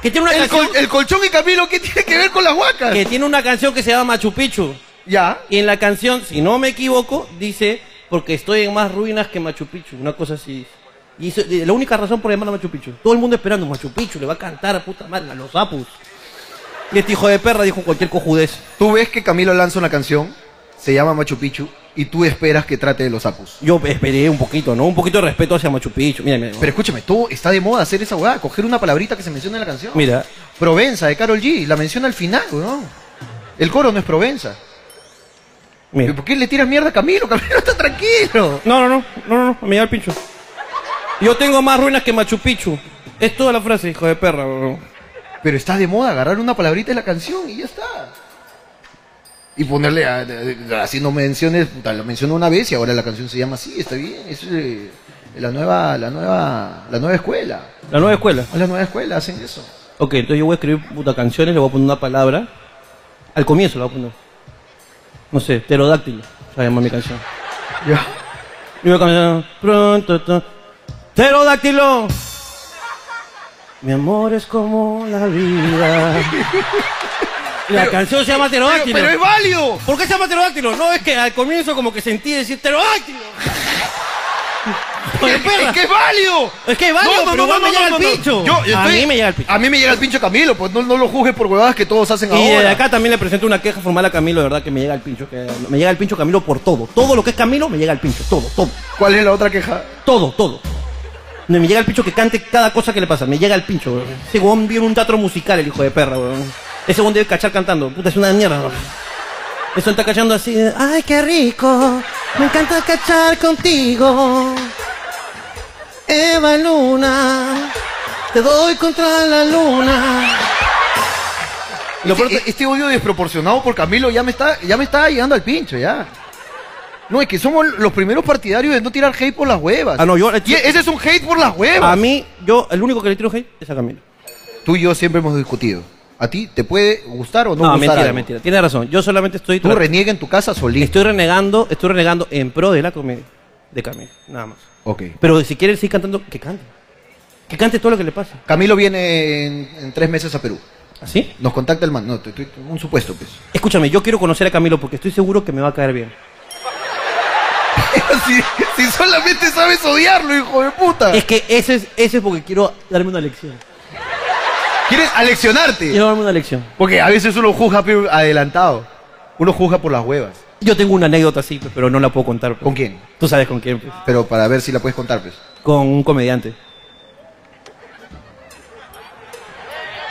Que tiene una el, canción. col- el colchón y Camilo, ¿qué tiene que ver con las huacas? Que tiene una canción que se llama Machu Picchu. Ya. Y en la canción, si no me equivoco, dice porque estoy en más ruinas que Machu Picchu, una cosa así. Y eso- y la única razón por llamarla Machu Picchu. Todo el mundo esperando Machu Picchu, le va a cantar a puta madre, a los sapos. Y este hijo de perra dijo cualquier cojudez. Tú ves que Camilo lanza una canción, se llama Machu Picchu, y tú esperas que trate de los sapos. Yo esperé un poquito, ¿no? Un poquito de respeto hacia Machu Picchu. Mira, mira. Pero escúchame, tú está de moda hacer esa hueá, coger una palabrita que se menciona en la canción. Mira. Provenza de Carol G, la menciona al final, ¿no? El coro no es Provenza. mira. ¿Por qué le tiras mierda a Camilo? Camilo está tranquilo. No, no, no, no, no, no, me da el pincho. Yo tengo más ruinas que Machu Picchu. Es toda la frase, hijo de perra, bro. Pero está de moda agarrar una palabrita de la canción y ya está. Y ponerle, a- a- a- así no menciones, puta, lo menciono una vez y ahora la canción se llama así, está bien. Eso es eh, la nueva, la nueva, la nueva escuela. La nueva escuela. A la nueva escuela hacen eso. Ok, entonces yo voy a escribir puta canciones, le voy a poner una palabra. Al comienzo la voy a poner. No sé, pterodáctilo. Se llama mi canción. Ya. Y voy a cambiar. Pronto, to- ¡Pterodáctilo! Mi amor es como la vida. La canción se llama Pero, pterodáctilo. pero es válido. ¿Por qué se llama pterodáctilo? No, es que al comienzo como que sentí decir pterodáctilo. Oye, perra. Es que es válido. Es que es válido, pero no me llega el pincho. Yo- yo A estoy- mí me llega el pincho. A mí me llega el pincho Camilo, pues no, no lo juzgues por huevadas que todos hacen Y de ahora. acá también le presento una queja formal a Camilo, de verdad que me llega el pincho, que me llega el pincho Camilo por todo. Todo lo que es Camilo me llega el pincho, todo, todo, ¿Cuál es la otra queja? todo, todo. Me llega el pincho que cante cada cosa que le pasa, me llega el pincho, weón. Ese weón viene un teatro musical, el hijo de perra, weón. Ese weón debe cachar cantando, puta, es una mierda, weón. Eso está cachando así, de, ay, qué rico, me encanta cachar contigo. Eva Luna, te doy contra la luna. Lo peor- Este, este odio desproporcionado por Camilo ya me está, ya me está llegando al pincho, ya. No, es que somos los primeros partidarios de no tirar hate por las huevas. Ah, no, yo- Y e-, ese es un hate por las huevas. a mí, yo, el único que le tiro hate es a Camilo. Tú y yo siempre hemos discutido. A ti te puede gustar o No, no, gustar mentira, algo. mentira. Tiene razón. Yo solamente estoy. Tú tra- reniega en tu casa solito. estoy renegando, estoy renegando en pro de la comedia de Camilo, nada más. Ok. Pero si quiere seguir cantando, que cante. Que cante todo lo que le pasa. Camilo viene en, en tres meses a Perú. ¿Así? Nos contacta el man. No, estoy- estoy- un supuesto, pues. Escúchame, yo quiero conocer a Camilo porque estoy seguro que me va a caer bien. si, si solamente sabes odiarlo, hijo de puta. Es que ese es, ese es porque quiero darme una lección. ¿Quieres aleccionarte? Quiero darme una lección. Porque a veces uno juzga pe- adelantado. Uno juzga por las huevas. Yo tengo una anécdota así, pues, pero no la puedo contar. pues. ¿Con quién? Tú sabes con quién. pues. Pero para ver si la puedes contar, pues. Con un comediante.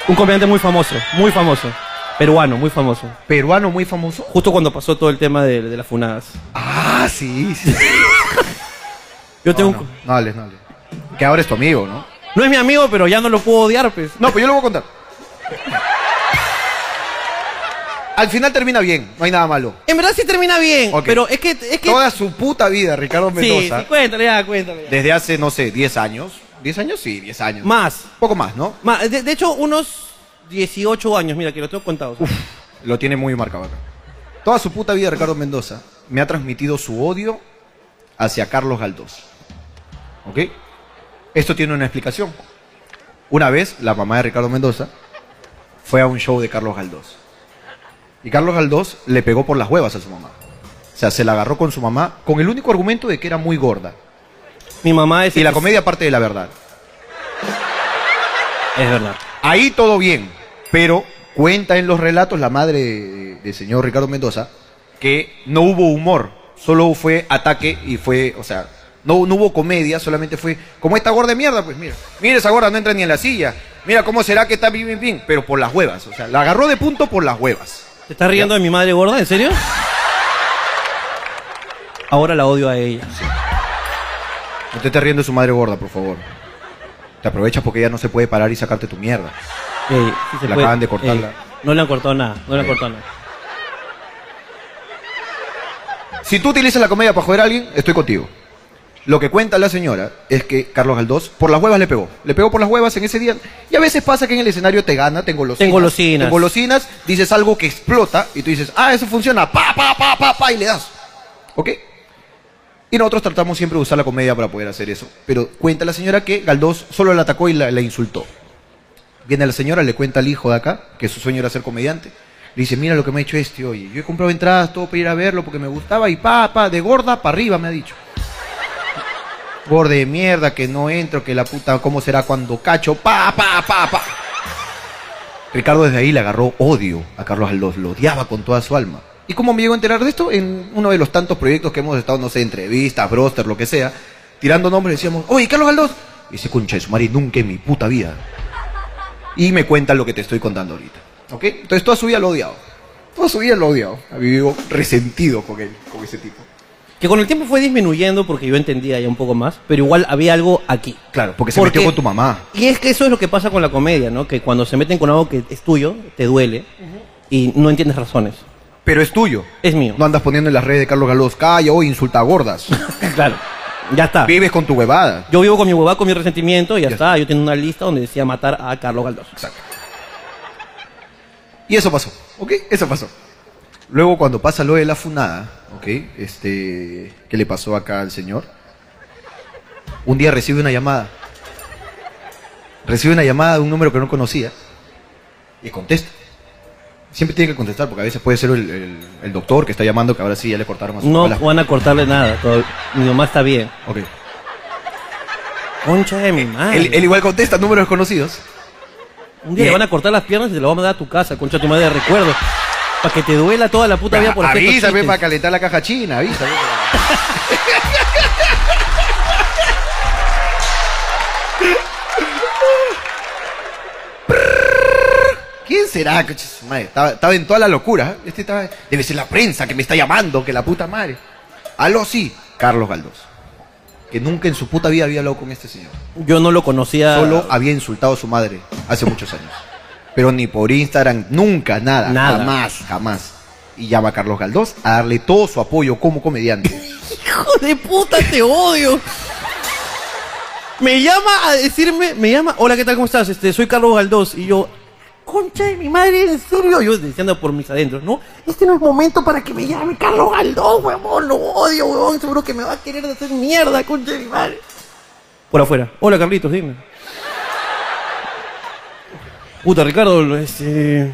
Un comediante muy famoso, muy famoso. Peruano, muy famoso. Peruano muy famoso. Justo cuando pasó todo el tema de, de las funadas. Ah, sí, sí. Yo tengo No, un no, co- no hables, no hables. Que ahora es tu amigo, ¿no? No es mi amigo, pero ya no lo puedo odiar, pues. No, pues yo lo voy a contar. Al final termina bien, no hay nada malo. En verdad sí termina bien, Ok. pero es que... Es que Toda su puta vida, Ricardo sí, Mendoza, sí, cuéntale ya, cuéntale ya. desde hace, no sé, 10 años. ¿10 años? Sí, 10 años. Más, Un poco más, ¿no? más. De, de hecho, unos 18 años, mira, que lo tengo contado. Lo tiene muy marcado acá. Toda su puta vida, Ricardo Mendoza, me ha transmitido su odio hacia Carlos Galdós. ¿Ok? Esto tiene una explicación. Una vez, la mamá de Ricardo Mendoza fue a un show de Carlos Galdós. Y Carlos Galdós le pegó por las huevas a su mamá. O sea, se la agarró con su mamá con el único argumento de que era muy gorda. Mi mamá es... Y la comedia parte de la verdad. Es verdad. Ahí todo bien, pero cuenta en los relatos la madre del señor Ricardo Mendoza que no hubo humor, solo fue ataque y fue, o sea, no, no hubo comedia, solamente fue como esta gorda de mierda, pues mira, mira esa gorda no entra ni en la silla, mira cómo será que está bien, bien, bien, pero por las huevas, o sea, la agarró de punto por las huevas. ¿Te estás riendo de mi madre gorda? ¿En serio? Ahora la odio a ella. No te estés riendo de su madre gorda, por favor. Te aprovechas porque ella no se puede parar y sacarte tu mierda. Ey, sí se La puede. acaban de cortarla. Ey, no le han cortado nada, no le han cortado nada. Si tú utilizas la comedia para joder a alguien, estoy contigo. Lo que cuenta la señora es que Carlos Galdós por las huevas le pegó. Le pegó por las huevas en ese día. Y a veces pasa que en el escenario te gana, te engolosinas. Te engolosinas. Te engolosinas, dices algo que explota y tú dices, ah, eso funciona, pa, pa, pa, pa, pa, y le das. ¿Ok? Y nosotros tratamos siempre de usar la comedia para poder hacer eso. Pero cuenta la señora que Galdós solo la atacó y la, la insultó. Viene la señora, le cuenta al hijo de acá, que su sueño era ser comediante. Le dice, mira lo que me ha hecho este, oye. Yo he comprado entradas, todo para ir a verlo porque me gustaba y pa, pa, de gorda para arriba, me ha dicho. Gorda de mierda, que no entro, que la puta, ¿cómo será cuando cacho? Pa, pa, pa, pa. Ricardo desde ahí le agarró odio a Carlos Aldós, lo odiaba con toda su alma. ¿Y cómo me llego a enterar de esto? En uno de los tantos proyectos que hemos estado, no sé, entrevistas, broster, lo que sea, tirando nombres, decíamos, oye, Carlos Aldós. Y ese concha de su madre nunca en mi puta vida. Y me cuenta lo que te estoy contando ahorita. ¿Ok? Entonces toda su vida lo ha odiado. Toda su vida lo ha odiado. Ha vivido resentido con él, con ese tipo. Que con el tiempo fue disminuyendo porque yo entendía ya un poco más, pero igual había algo aquí. Claro, porque se metió con tu mamá. Y es que eso es lo que pasa con la comedia, ¿no? Que cuando se meten con algo que es tuyo, te duele y no entiendes razones. Pero es tuyo. Es mío. No andas poniendo en las redes de Carlos Galos, calla hoy, insulta a gordas. claro. Ya está. Vives con tu huevada. Yo vivo con mi huevada, con mi resentimiento y ya, Ya está. Yo tengo una lista donde decía matar a Carlos Galdós. Y eso pasó, ¿ok? Eso pasó. Luego cuando pasa lo de la funada, ¿ok? Este, ¿qué le pasó acá al señor? Un día recibe una llamada. Recibe una llamada de un número que no conocía y contesta. Siempre tiene que contestar porque a veces puede ser el, el- el doctor que está llamando que ahora sí ya le cortaron a su No las- van a cortarle nada. todo- Mi mamá está bien. Ok. Concha de Eh, mi madre. Él, él igual contesta números desconocidos. Un eh. día le van a cortar las piernas y te lo van a mandar a tu casa, concha de tu madre de recuerdo. Para que te duela toda la puta vida por hacer estos avísame chistes. para calentar la caja china, avísame. ¿Quién será? coche su madre? Estaba, estaba en toda la locura. ¿eh? Este estaba- debe ser la prensa que me está llamando, que la puta madre. Aló, sí, Carlos Galdós. Que nunca en su puta vida había hablado con este señor. Yo no lo conocía. Solo había insultado a su madre hace muchos años. Pero ni por Instagram, nunca, nada, Nada. jamás, jamás. Y llama a Carlos Galdós a darle todo su apoyo como comediante. Hijo de puta, te odio. Me llama a decirme, me llama, hola, ¿qué tal? ¿Cómo estás? Este, soy Carlos Galdós. Y yo, concha de mi madre, ¿en serio? Yo deseando por mis adentros, ¿no? Este no es momento para que me llame Carlos Galdós, huevón. Lo odio, huevón. Seguro que me va a querer hacer mierda, concha de mi madre. Por afuera. Hola, Carlitos, dime. Puta, Ricardo, este...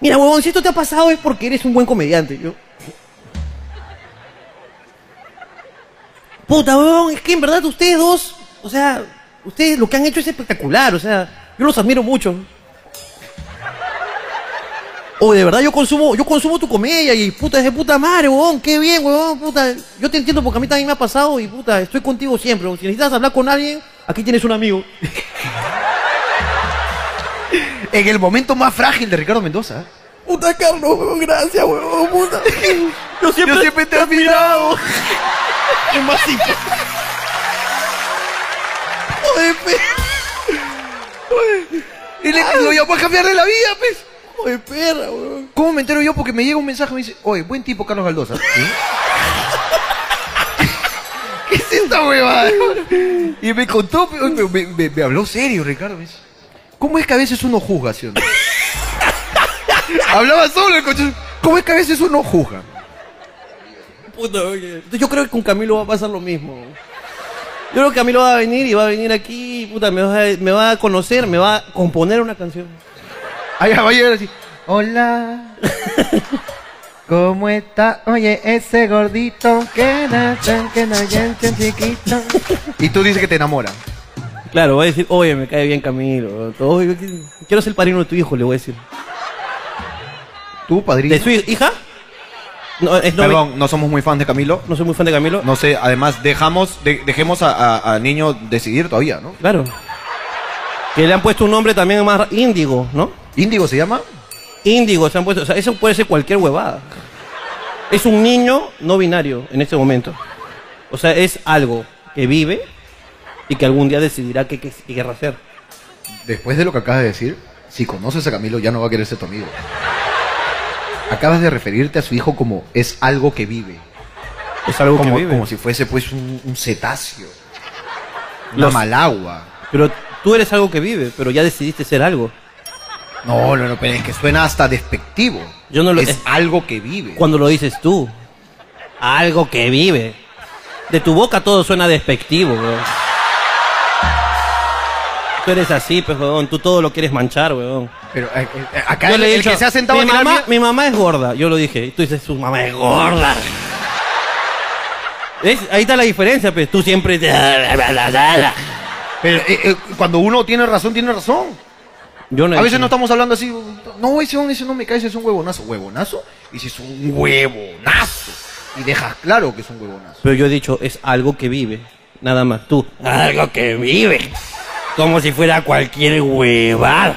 Mira, huevón, si esto te ha pasado es porque eres un buen comediante. Yo, Puta, weón, es que en verdad ustedes dos, o sea, ustedes lo que han hecho es espectacular, o sea, yo los admiro mucho. O de verdad yo consumo, yo consumo tu comedia y puta, es de puta madre, weón, qué bien, weón, puta. Yo te entiendo porque a mí también me ha pasado y puta, estoy contigo siempre. weón. Si necesitas hablar con alguien, aquí tienes un amigo. En el momento más frágil de Ricardo Mendoza. Puta Carlos, weón, gracias, weón, puta. Yo siempre, Yo siempre te he admirado. es más simple. Joder, pe. Y le, lo llamó a cambiarle la vida, pues. Joder, perra, weón. ¿Cómo me entero yo? Porque me llega un mensaje y me dice, oye, buen tipo Carlos Galdosa. ¿Qué es esta huevada? Y me contó, me, me- me- me habló serio, Ricardo. me dice, ¿Cómo es que a veces uno juzga, sí o no?" Hablaba solo el coche. ¿Cómo es que a veces uno juzga? Puta, oye. Yo creo que con Camilo va a pasar lo mismo. Yo creo que Camilo va a venir y va a venir aquí, y, puta, me va a, me va a conocer, me va a componer una canción. Allá va a llegar así. Hola. ¿Cómo está? Oye, ese gordito que na chan, que na yan, chan, chiquito. Y tú dices que te enamora. Claro, va a decir, oye, me cae bien Camilo. todo- yo qui- Quiero ser padrino de tu hijo, le voy a decir. ¿Tú, padrino? ¿De su hi- hija? No, es- no, Perdón, no somos muy fans de Camilo. no soy muy fan de Camilo. No sé, además dejamos, de- dejemos a, a- a niño decidir todavía, ¿no? Claro. Que le han puesto un nombre también más ra- índigo, ¿no? ¿Índigo se llama? Índigo se han puesto. O sea, eso puede ser cualquier huevada. Es un niño no binario en este momento. O sea, es algo que vive y que algún día decidirá qué, qué- qué querrá hacer. Después de lo que acabas de decir, si conoces a Camilo ya no va a querer ser tu amigo. Acabas de referirte a su hijo como es algo que vive. Es algo Como, que vive. como si fuese pues un, un cetáceo. Una Los- malagua. Pero tú eres algo que vive, pero ya decidiste ser algo. No, no, no, pero es que suena hasta despectivo. Yo no lo- eh, es es- algo que vive. Cuando lo dices tú. Algo que vive. De tu boca todo suena despectivo, weón. Tú eres así, pues, weón. Tú todo lo quieres manchar, weón. Pero eh, eh, acá Yo el, le he el dicho, que se ha sentado mi a tirar mamá, mierda- mi mamá es gorda, yo lo dije. Y tú dices, su mamá es gorda. ¿Ves? Ahí está la diferencia, pues. Tú siempre... te- Pero, eh, eh, cuando uno tiene razón, tiene razón. Yo no he A veces dicho- no estamos hablando así, no, ese, hombre, ese no me cae, ese es un huevonazo. ¿Huevonazo? Y si es un huevonazo. Y dejas claro que es un huevonazo. Pero yo he dicho, es algo que vive. Nada más, tú. Algo que vive. Como si fuera cualquier huevar.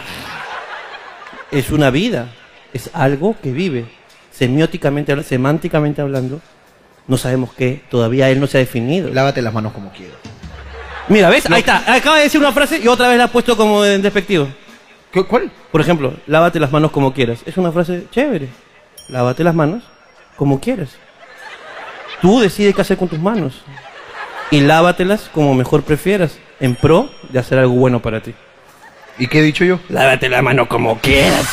Es una vida. Es algo que vive. Semióticamente, habla- semánticamente hablando, no sabemos qué. Todavía él no se ha definido. Lávate las manos como quieras. Mira, ¿ves? Ahí está. Acaba de decir una frase y otra vez la has puesto como en despectivo. ¿Qué- ¿Cuál? Por ejemplo, lávate las manos como quieras. Es una frase chévere. Lávate las manos como quieras. Tú decides qué hacer con tus manos. Y lávatelas como mejor prefieras, en pro de hacer algo bueno para ti. ¿Y qué he dicho yo? Lávate la mano como quieras.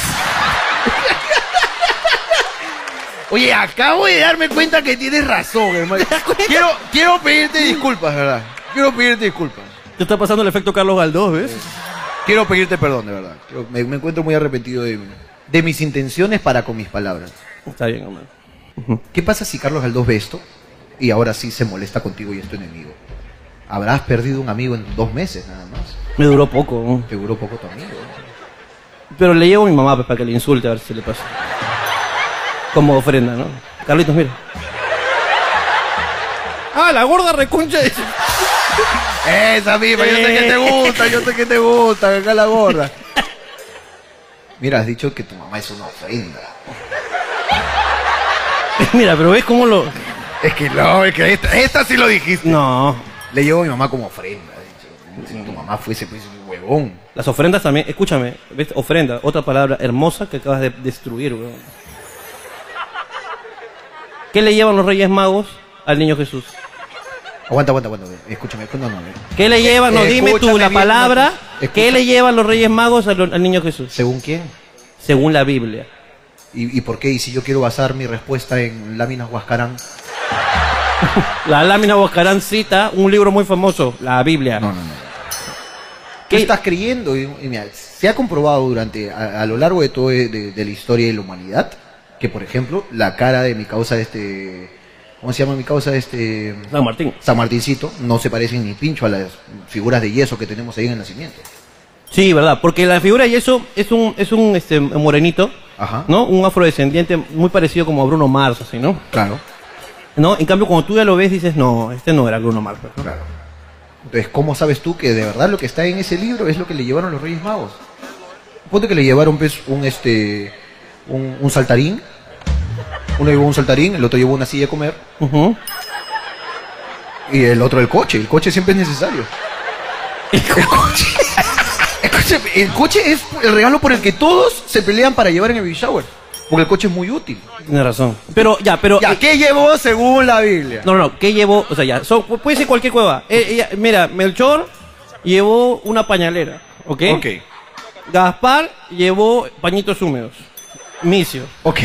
Oye, acabo de darme cuenta que tienes razón, hermano. Quiero, quiero pedirte disculpas, de ¿verdad? Quiero pedirte disculpas. Te está pasando el efecto Carlos Galdós, ¿ves? Quiero pedirte perdón, de verdad. Quiero- Me, me encuentro muy arrepentido de, de mis intenciones para con mis palabras. Está bien, hermano. ¿Qué pasa si Carlos Galdós ve esto y ahora sí se molesta contigo y es tu enemigo? Habrás perdido un amigo en dos meses, nada más. Me duró poco. ¿no? Te duró poco tu amigo. Pero le llevo a mi mamá pues, para que le insulte a ver si le pasa. Como ofrenda, ¿no? Carlitos, mira. Ah, la gorda reconcha. de su- Esa misma, yo sé que te gusta, yo sé que te gusta, acá la gorda. Mira, has dicho que tu mamá es una ofrenda. mira, pero ves cómo lo. Es que no, es que esta, esta sí lo dijiste. No. Le llevo a mi mamá como ofrenda. he dicho. Si tu mamá fuese pues un huevón. Las ofrendas también, escúchame, ¿ves? ofrenda, otra palabra hermosa que acabas de destruir, weón. ¿Qué le llevan los Reyes Magos al niño Jesús? Aguanta, aguanta, aguanta. Escúchame, no, no. ¿Qué le llevan? No, Eh, dime tú escúchame la bien, palabra. una cosa. ¿Qué Escucha. le llevan los Reyes Magos al, al niño Jesús? ¿Según quién? Según la Biblia. ¿Y, ¿Y por qué? ¿Y si yo quiero basar mi respuesta en láminas Huascarán? La lámina Huascarán cita un libro muy famoso, la Biblia. No, no, no. ¿Qué ¿Qué- estás creyendo? Y- y mira, se ha comprobado durante, a, a lo largo de toda la historia de la humanidad, que por ejemplo, la cara de mi causa este, ¿cómo se llama mi causa este? San Martín. San Martincito, no se parecen ni pincho a las figuras de yeso que tenemos ahí en el nacimiento. Sí, verdad, porque la figura de yeso es un, es un este, morenito, Ajá. ¿no? Un afrodescendiente muy parecido como a Bruno Mars, así, ¿no? Claro, ¿No? En cambio, cuando tú ya lo ves, dices, no, este no era Bruno Mars. pues, ¿no? claro. Entonces, ¿cómo sabes tú que de verdad lo que está en ese libro es lo que le llevaron los Reyes Magos? Ponte que le llevaron pues un este un, un saltarín. Uno llevó un saltarín, el otro llevó una silla a comer. Ujú. Y el otro el coche, el coche siempre es necesario. El coche. El coche, el coche es el regalo por el que todos se pelean para llevar en el baby shower. Porque el coche es muy útil. Tienes razón. Pero, ya, pero... Ya, eh, ¿qué llevó según la Biblia? No, no, no, ¿qué llevó? O sea, ya, son- pu- puede ser cualquier cueva. Eh, eh, ya, mira, Melchor llevó una pañalera, ¿ok? Ok, Gaspar llevó pañitos húmedos. Micio, ok.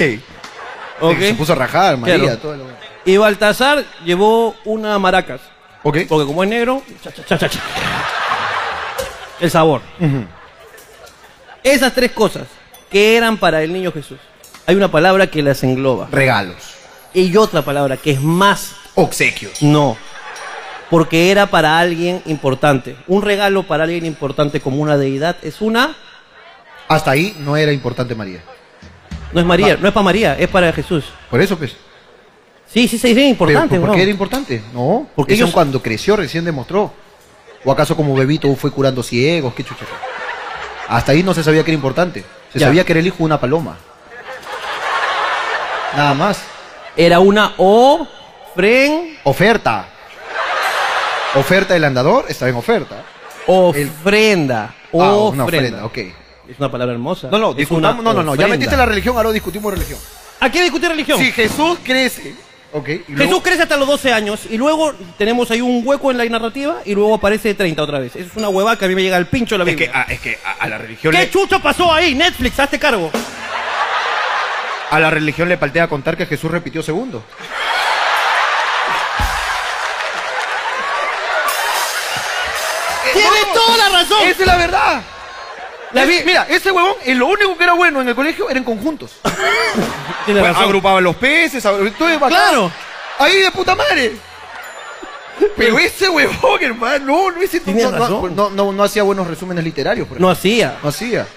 ¿ok? Se puso a rajar, María, Claro. todo lo- Y Baltasar llevó una maracas, Ok. porque como es negro, cha, cha, cha, cha, cha. el sabor. Ujú. Esas tres cosas que eran para el niño Jesús. Hay una palabra que las engloba. Regalos. Y otra palabra que es más Obsequios. No, porque era para alguien importante. Un regalo para alguien importante como una deidad es una... Hasta ahí no era importante María. No es Ah. María, no es para María, es para Jesús. Por eso, pues. Sí, sí, sí, sí, Pero, importante, ¿Por bro. qué era importante? No. Porque Porque ellos- ellos cuando creció recién demostró. ¿O acaso como bebito fue curando ciegos? ¿Qué chucha? fue? Hasta ahí no se sabía que era importante. Se Ya. sabía que era el hijo de una paloma. Nada más. Era una ofren, Oferta. Oferta del andador estaba en oferta. ofrenda. Ah, ofrenda. una ofrenda, ok. Es una palabra hermosa. No, no, Es discutamos. una No, no, no. Ya ofrenda. metiste la religión, ahora discutimos religión. ¿A qué discutir religión? Si Jesús crece. Ok. y luego- Jesús crece hasta los 12 años y luego tenemos ahí un hueco en la narrativa y luego aparece de 30 otra vez. Es una huevada que a mí me llega el pincho de la Es Biblia. que, a, es que a, a la religión ¿Qué le, chucho pasó ahí? Netflix, hazte cargo. a la religión le paltea contar que Jesús repitió segundo. Tiene toda la razón. Esa es la verdad. La Es- vi- Mira, ese huevón, eh, lo único que era bueno en el colegio eran conjuntos. Pues, Tiene razón. agrupaba los peces, agru- todo es bacán. Claro. Ahí de puta madre. Pero ese huevón, hermano, no, no, ese, Tienes no, no- razón. no- no- no hacía buenos resúmenes literarios. Por No ejemplo. hacía. no hacía.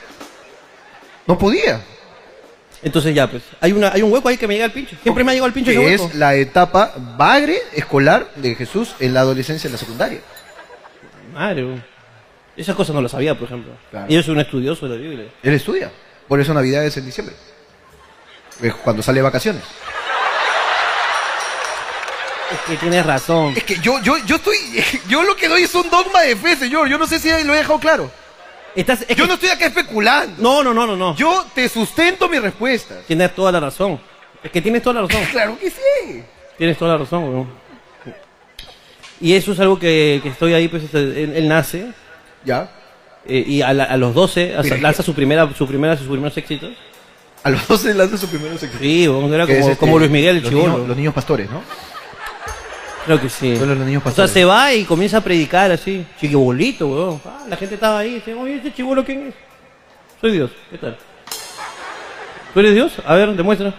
No podía. Entonces ya, pues, hay, una, hay un hueco ahí que me llega el pincho. Siempre me ha llegado el pincho ese que hueco. es la etapa bagre escolar de Jesús en la adolescencia, en la secundaria. Madre, weón. Esas cosas no las sabía, por ejemplo. Claro. Y yo soy un estudioso de la Biblia. Él estudia. Por eso Navidad es en diciembre. Es cuando sale de vacaciones. Es que tienes razón. Es que yo, yo, yo estoy. Yo lo que doy es un dogma de fe, señor. Yo no sé si lo he dejado claro. Estás, es Yo que- no estoy acá especulando. no, no, no, no, no. Yo te sustento mis respuestas. Tienes toda la razón. Es que tienes toda la razón. Claro que sí. Tienes toda la razón, weón. Y eso es algo que, que estoy ahí, pues, este, él, él nace. Ya. eh, y a, la- a los 12 hace- Mira, lanza su primera, su primera, sus primeros éxitos. A los 12 lanza su primer sexo. Sí, weón, era como, Que es, este, como Luis Miguel, el los niños- chivolo. Los niños pastores, ¿no? Creo que sí. Solo los niños O sea, pastores. se va y comienza a predicar así, chiquibolito, weón. Ah, la gente estaba ahí, dice, oye, este chibolo, ¿quién es? Soy Dios, ¿qué tal? ¿Tú eres Dios? A ver, demuestra.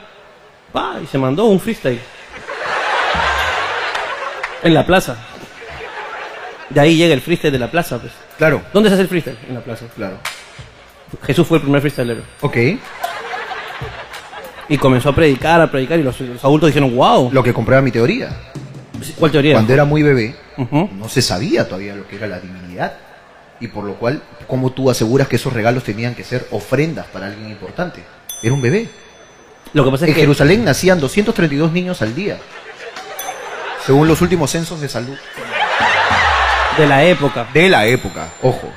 Pa, y se mandó un freestyle. En la plaza. De ahí llega el freestyle de la plaza, pues. Claro. ¿Dónde se hace el freestyle? En la plaza. Claro. Jesús fue el primer freestylero. Ok. Y comenzó a predicar, a predicar, y los, los adultos dijeron, wow. Lo que comprueba mi teoría. ¿Cuál teoría? Cuando era muy bebé, Ujú. no se sabía todavía lo que era la divinidad. Y por lo cual, ¿cómo tú aseguras que esos regalos tenían que ser ofrendas para alguien importante? Era un bebé. Lo que pasa es En que... Jerusalén nacían 232 niños al día, según los últimos censos de salud. De la época. De la época, ojo.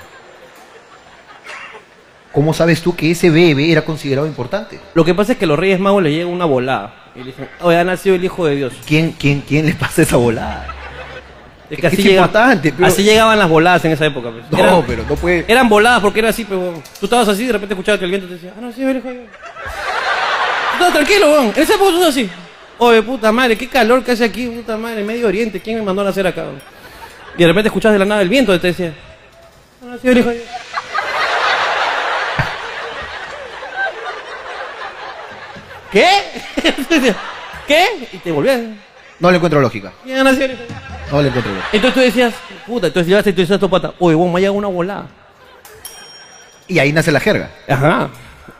¿Cómo sabes tú que ese bebé era considerado importante? Lo que pasa es que los Reyes Magos le llega una volada. Y le dicen, oye, ha nacido el Hijo de Dios. ¿Quién, quién, quién le pasa esa volada? Es que Es así, que es importante, pero- así llegaban las voladas en esa época. pues. No, Eran- pero no puede. Eran voladas porque era así, pero tú estabas así y de repente escuchabas que el viento te decía, ah, no, sí, el hijo de Dios". Tú estabas tranquilo, weón. En ese época tú estabas así. Oye, puta madre, qué calor que hace aquí, puta madre, Medio Oriente, ¿quién me mandó a nacer acá? weón?" Y de repente escuchabas de la nada el viento y te decía, "Ah, no, sí, el hijo de Dios". ¿Qué? ¿Qué? Y te volvías. No le encuentro lógica. "Ya nació el hijo de Dios". No le encuentro lógica. Entonces tú decías, puta, entonces llegaste y tú decías a tu pata, oye, weón, me ha llegado una volada. Y ahí nace la jerga. Ajá.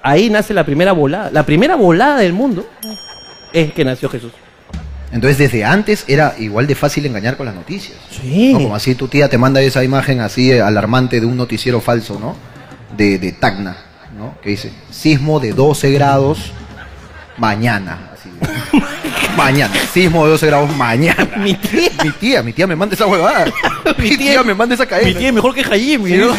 Ahí nace la primera volada. La primera volada del mundo es que nació Jesús. Entonces desde antes era igual de fácil engañar con las noticias. Sí. No, como así tu tía te manda esa imagen así eh, alarmante de un noticiero falso, ¿no? De, de Tacna, ¿no? Que dice, sismo de 12 grados mañana. Así. mañana, sismo de 12 grados mañana. Mi tía. Mi tía, mi tía me manda esa huevada. mi tía me manda esa cadena. Mi tía es mejor que Jaime, ¿no?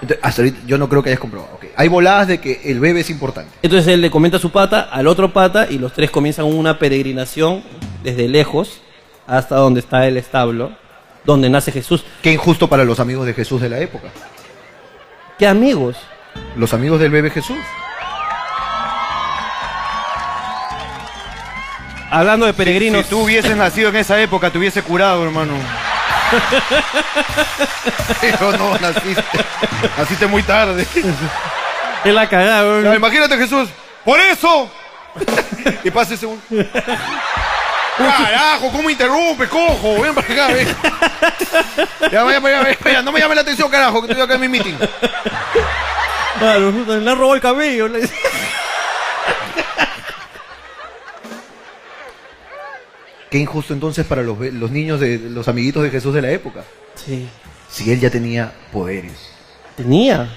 Entonces, hasta ahorita yo no creo que hayas comprobado. ok. Hay voladas de que el bebé es importante. Entonces él le comenta a su pata, al otro pata, y los tres comienzan una peregrinación desde lejos hasta donde está el establo, donde nace Jesús. Qué injusto para los amigos de Jesús de la época. ¿Qué amigos? Los amigos del bebé Jesús. Hablando de peregrinos. Si tú hubieses nacido en esa época, te hubiese curado, hermano. Pero no, naciste. Naciste muy tarde. Es la cagada, Ya, weón. imagínate Jesús, por eso. y pase ese un. Carajo, ¿cómo interrumpe, cojo? Ven para acá, ven. Ya, vaya, vaya, vaya, vaya, No me llame la atención, carajo, que estoy acá en mi meeting. Claro, puta, le han robado el cabello. le dice. Qué injusto entonces para los, ve- los niños de los amiguitos de Jesús de la época. Sí. Si él ya tenía poderes. Tenía.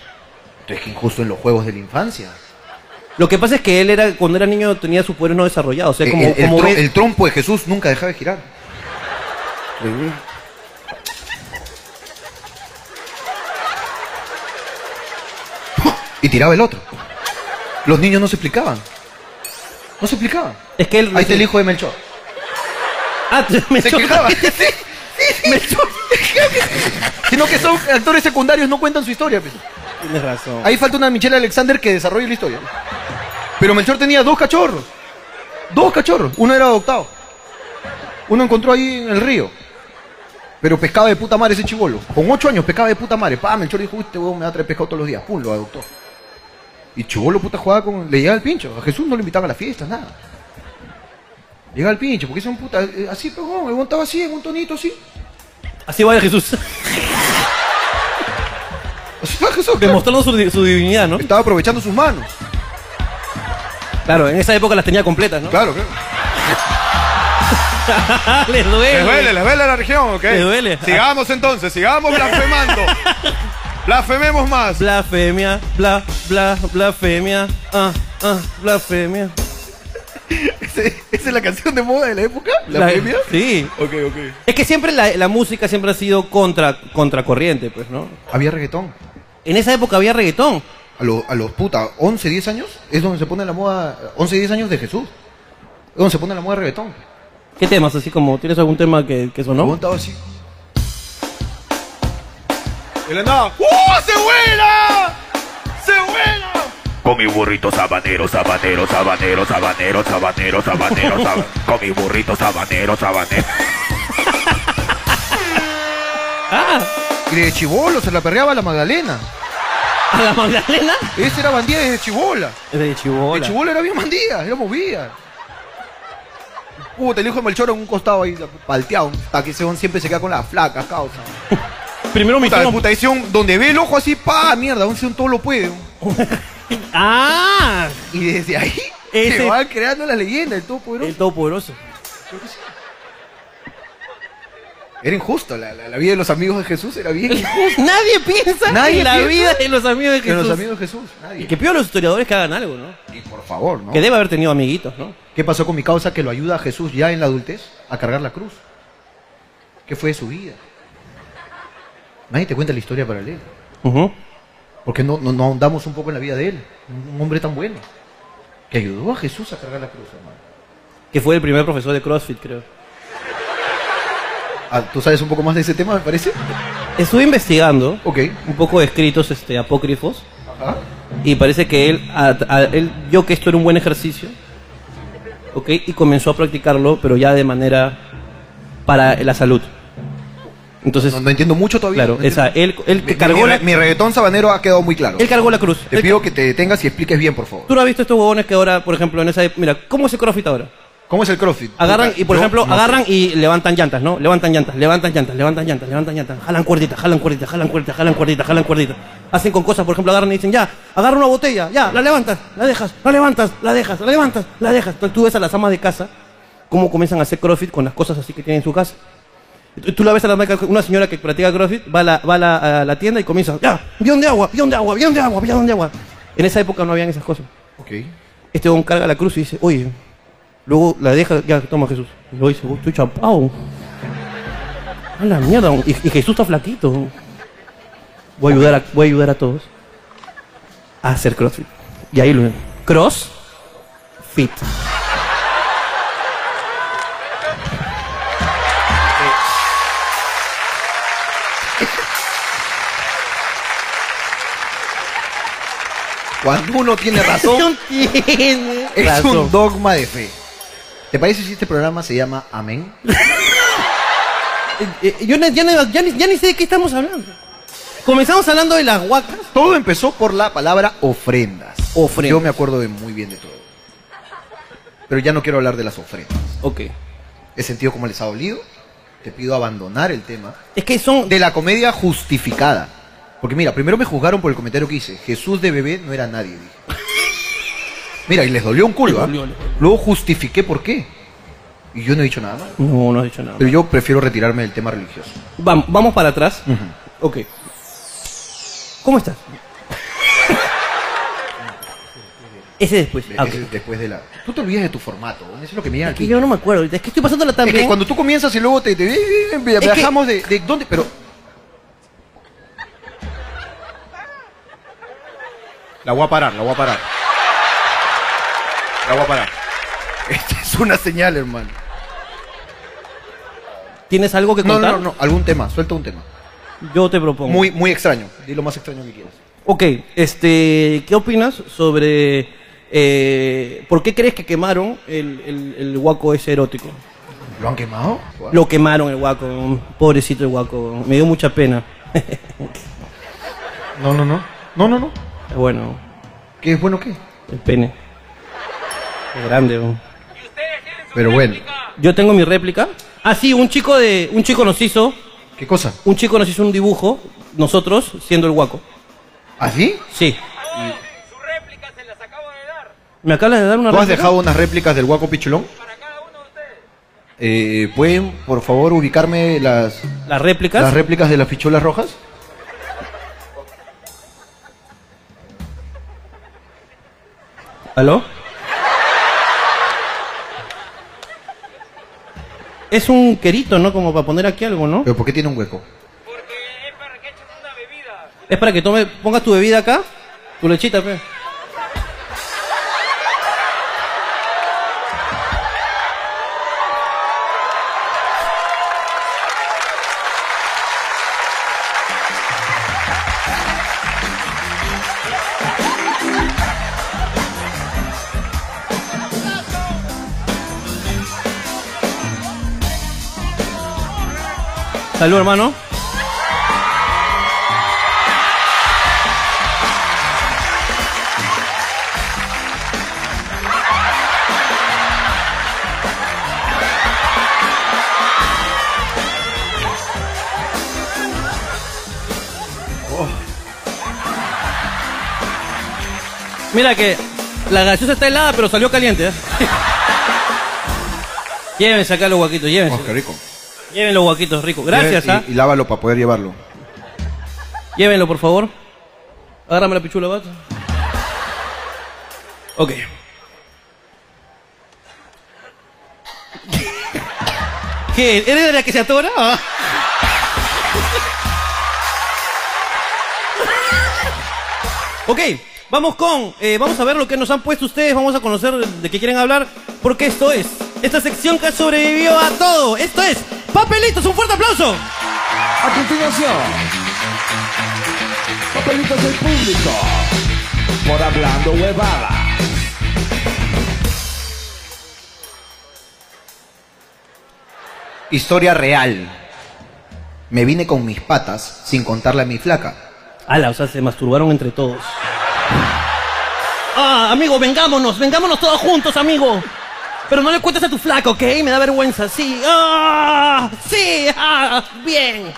Entonces, qué injusto en los juegos de la infancia. Lo que pasa es que él era, cuando era niño, tenía su poder no desarrollado. O sea, como, Eh, el, el como tro- ve- el trompo de Jesús nunca dejaba de girar. Y tiraba el otro. Los niños no se explicaban. No se explicaban. es que él. Ahí está el hijo de Melchor. Ah, me Se chocó. quejaba. Sí, sí, sí. Melchor. Sino que son actores secundarios, no cuentan su historia. pues. Tienes razón. Ahí falta una Michelle Alexander que desarrolle la historia. Pero Melchor tenía dos cachorros. Dos cachorros. Uno era adoptado. Uno encontró ahí en el río. Pero pescaba de puta madre ese chivolo. Con ocho años pescaba de puta madre. Pa, Melchor dijo, "Uy, este huevón me va a traer pescado todos los días. Pum, lo adoptó. Y chivolo puta jugaba con... Le llegaba el pincho. A Jesús no le invitaban a las fiestas, nada. Llegaba el pincho, porque es un puta... eh, Así, pegón, el huevón estaba así, en un tonito así. Así vaya Jesús, Así estaba Jesús. claro. demostrando su, di- su divinidad, ¿no? Estaba aprovechando sus manos. Claro, en esa época las tenía completas, ¿no? Ah, Claro, claro. les duele. Les duele, les duele a la región, ¿ok? Les duele. Sigamos entonces, sigamos blasfemando. Blasfememos más. Blasfemia, bla, bla, blasfemia, ah, ah, blasfemia. ¿Ese- ¿Esa es la canción de moda de la época? ¿La, premia? Sí. Ok, ok. Es que siempre la, la música siempre ha sido contra contracorriente, pues, ¿no? Había reggaetón. En esa época había reggaetón. A, lo- a los puta, 11, 10 años es donde se pone la moda. 11, 10 años de Jesús. Es donde se pone la moda de reggaetón. ¿Qué temas? Así como, ¿tienes algún tema que, que sonó? Aguantaba así. Y le andaba, ¡Uh, se vuela! ¡Se vuela! Con mi burrito sabanero, sabanero, sabanero, sabanero, sabanero, sabanero, sabanero. Con mi burrito sabanero, sabanero. Y de chivolo se la perreaba la Magdalena. ¿A la Magdalena? Ese era bandida desde chivola. Es de El Chibola. chivolo era bien bandida, era movida. Puta, el hijo de Melchor en un costado ahí, palteado. Hasta que ese don siempre se queda con las flacas, causa. Primero me Puta, hicieron... puta, ese don, donde ve el ojo así, pa, mierda, un don todo lo puede. don. ¡Ah! Y desde ahí Ese- se van creando la leyenda, el El todopoderoso. Todopoderoso. Era injusto, la, la- la vida de los amigos de Jesús era bien injusta. Nadie piensa Nadie en la piensa vida de los amigos de Que Jesús. los amigos de Jesús, nadie. Y que pido a los historiadores que hagan algo, ¿no? Y por favor, ¿no? Que debe haber tenido amiguitos, ¿no? ¿Qué pasó con mi causa que lo ayuda a Jesús ya en la adultez a cargar la cruz? ¿Qué fue de su vida? Nadie te cuenta la historia paralela. Ujú. Porque no, no, no ahondamos un poco en la vida de él. Un un hombre tan bueno. Que ayudó a Jesús a cargar la cruz, hermano. Que fue el primer profesor de CrossFit, creo. Ah, ¿Tú sabes un poco más de ese tema, me parece? Estuve investigando Ok. un poco de escritos este, apócrifos Ajá. y parece que él, a- a- él vio que esto era un buen ejercicio ¿ok? y comenzó a practicarlo, pero ya de manera para la salud. Entonces, No, no entiendo mucho todavía. claro, No esa, entiendo. él, él que Mi- cargó mi, la, re- mi reggaetón sabanero ha quedado muy claro. él cargó la cruz. Te Él- pido que te detengas y expliques bien, por favor. ¿Tú no has visto estos huevones que ahora, por ejemplo, en esa... Mira, ¿cómo es el CrossFit ahora? ¿Cómo es el crossfit? Agarran Puta, y, por yo ejemplo, no agarran y levantan llantas, ¿no? Levantan llantas, levantan llantas, levantan llantas, levantan llantas. Jalan cuerditas, jalan cuerditas, jalan cuerditas, jalan cuerditas, jalan cuerditas. Hacen con cosas, por ejemplo, agarran y dicen, ya, agarra una botella, ya, la levantas, la dejas, la levantas, la dejas, la levantas, la dejas. Entonces tú ves a las amas de casa cómo comienzan a hacer crossfit con las cosas así que tienen en su casa. Y Tú la ves a la marca, una señora que practica CrossFit, va a la, va a la, a la tienda y comienza, ya, guión de agua, guión de agua, guión de agua, guión de agua. En esa época no habían esas cosas. Ok. Este don carga la cruz y dice, oye, luego la deja, ya toma Jesús. Y luego dice, "Uy, estoy chapado. A la mierda, don. y, y Jesús está flaquito. Voy a ayudar a, voy a, ayudar a todos a hacer crossfit. Y ahí lo Cross fit. Cuando uno tiene razón, es un dogma de fe. ¿Te parece si este programa se llama Amén? Eh, yo no- ya, no- ya ni, ya ni sé de qué estamos hablando. Comenzamos hablando de las huacas. Todo empezó por la palabra ofrendas. Ofrendas. Yo me acuerdo de muy bien de todo. Pero ya no quiero hablar de las ofrendas. Ok. He sentido cómo les ha dolido. Te pido abandonar el tema Es que son... de la comedia justificada. Porque mira, primero me juzgaron por el comentario que hice. Jesús de bebé no era nadie, dije. Mira, y les dolió un culo, ¿ah? dolió, les Luego justifiqué por qué. Y yo no he dicho nada más. No, no has dicho nada. Pero yo prefiero retirarme del tema religioso. Vam- vamos para atrás. Ok. ¿Cómo estás? Ese después. De- Ah, ok. ese- Después de la... Tú te olvidas de tu formato, ¿no? eso es lo que me llega Es al que pincho. yo no me acuerdo. ahorita. Es que estoy pasándola tan Es que bien. cuando tú comienzas y luego te... te- viajamos de, de... ¿Dónde? Pero... La voy a parar, la voy a parar. La voy a parar. Esta es una señal, hermano. ¿Tienes algo que No, contar? no, no, algún tema, suelta un tema. Yo te Oh. propongo. Muy, muy extraño. Di lo más extraño que quieras. Ok, este, ¿qué opinas sobre eh, por qué crees que quemaron el, el, el huaco ese erótico? ¿Lo han quemado? Lo quemaron el huaco, pobrecito el huaco, me dio mucha pena. No, no, no. No, no, no. bueno, ¿Qué es bueno qué? el pene. Qué grande, ¿no? Pero bueno. Yo tengo mi réplica. Ah, sí, un chico de. un chico nos hizo. ¿Qué cosa? Un chico nos hizo un dibujo, nosotros, siendo el guaco. ¿Así? Sí. ¿Me acabas de dar una ¿Tú has réplica? dejado unas réplicas del Guaco Pichulón? Eh, ¿Pueden, por favor, ubicarme las, ¿Las réplicas? las réplicas de las picholas rojas? ¿Aló? Es un querito, ¿no? Como para poner aquí algo, ¿no? ¿Pero por qué tiene un hueco? Es para que tome, pongas tu bebida acá, tu lechita, pe. Salud, hermano. Oh. Mira que la gaseosa está helada, pero salió caliente. ¿eh? llévense acá los guaquitos, llévense. Oh, qué rico. Lléven los guaquitos, rico. Gracias, Lleven ¿ah? Y, y lávalo para poder llevarlo. Llévenlo, por favor. Agárrame la pichula, vato. Ok. ¿Qué? ¿Eres de la que se atora? Ok, vamos con, eh, vamos a ver lo que nos han puesto ustedes, vamos a conocer de qué quieren hablar, porque esto es, esta sección que sobrevivió a todo, esto es, papelitos, un fuerte aplauso. A continuación, papelitos del público por hablando huevada. Historia real. Me vine con mis patas sin contarle a mi flaca. Ala, o sea, se masturbaron entre todos. Ah, amigo, vengámonos, vengámonos todos juntos, amigo. Pero no le cuentes a tu flaco, ¿ok? Me da vergüenza, sí. ¡Ah! ¡Sí! ¡Ah! ¡Bien!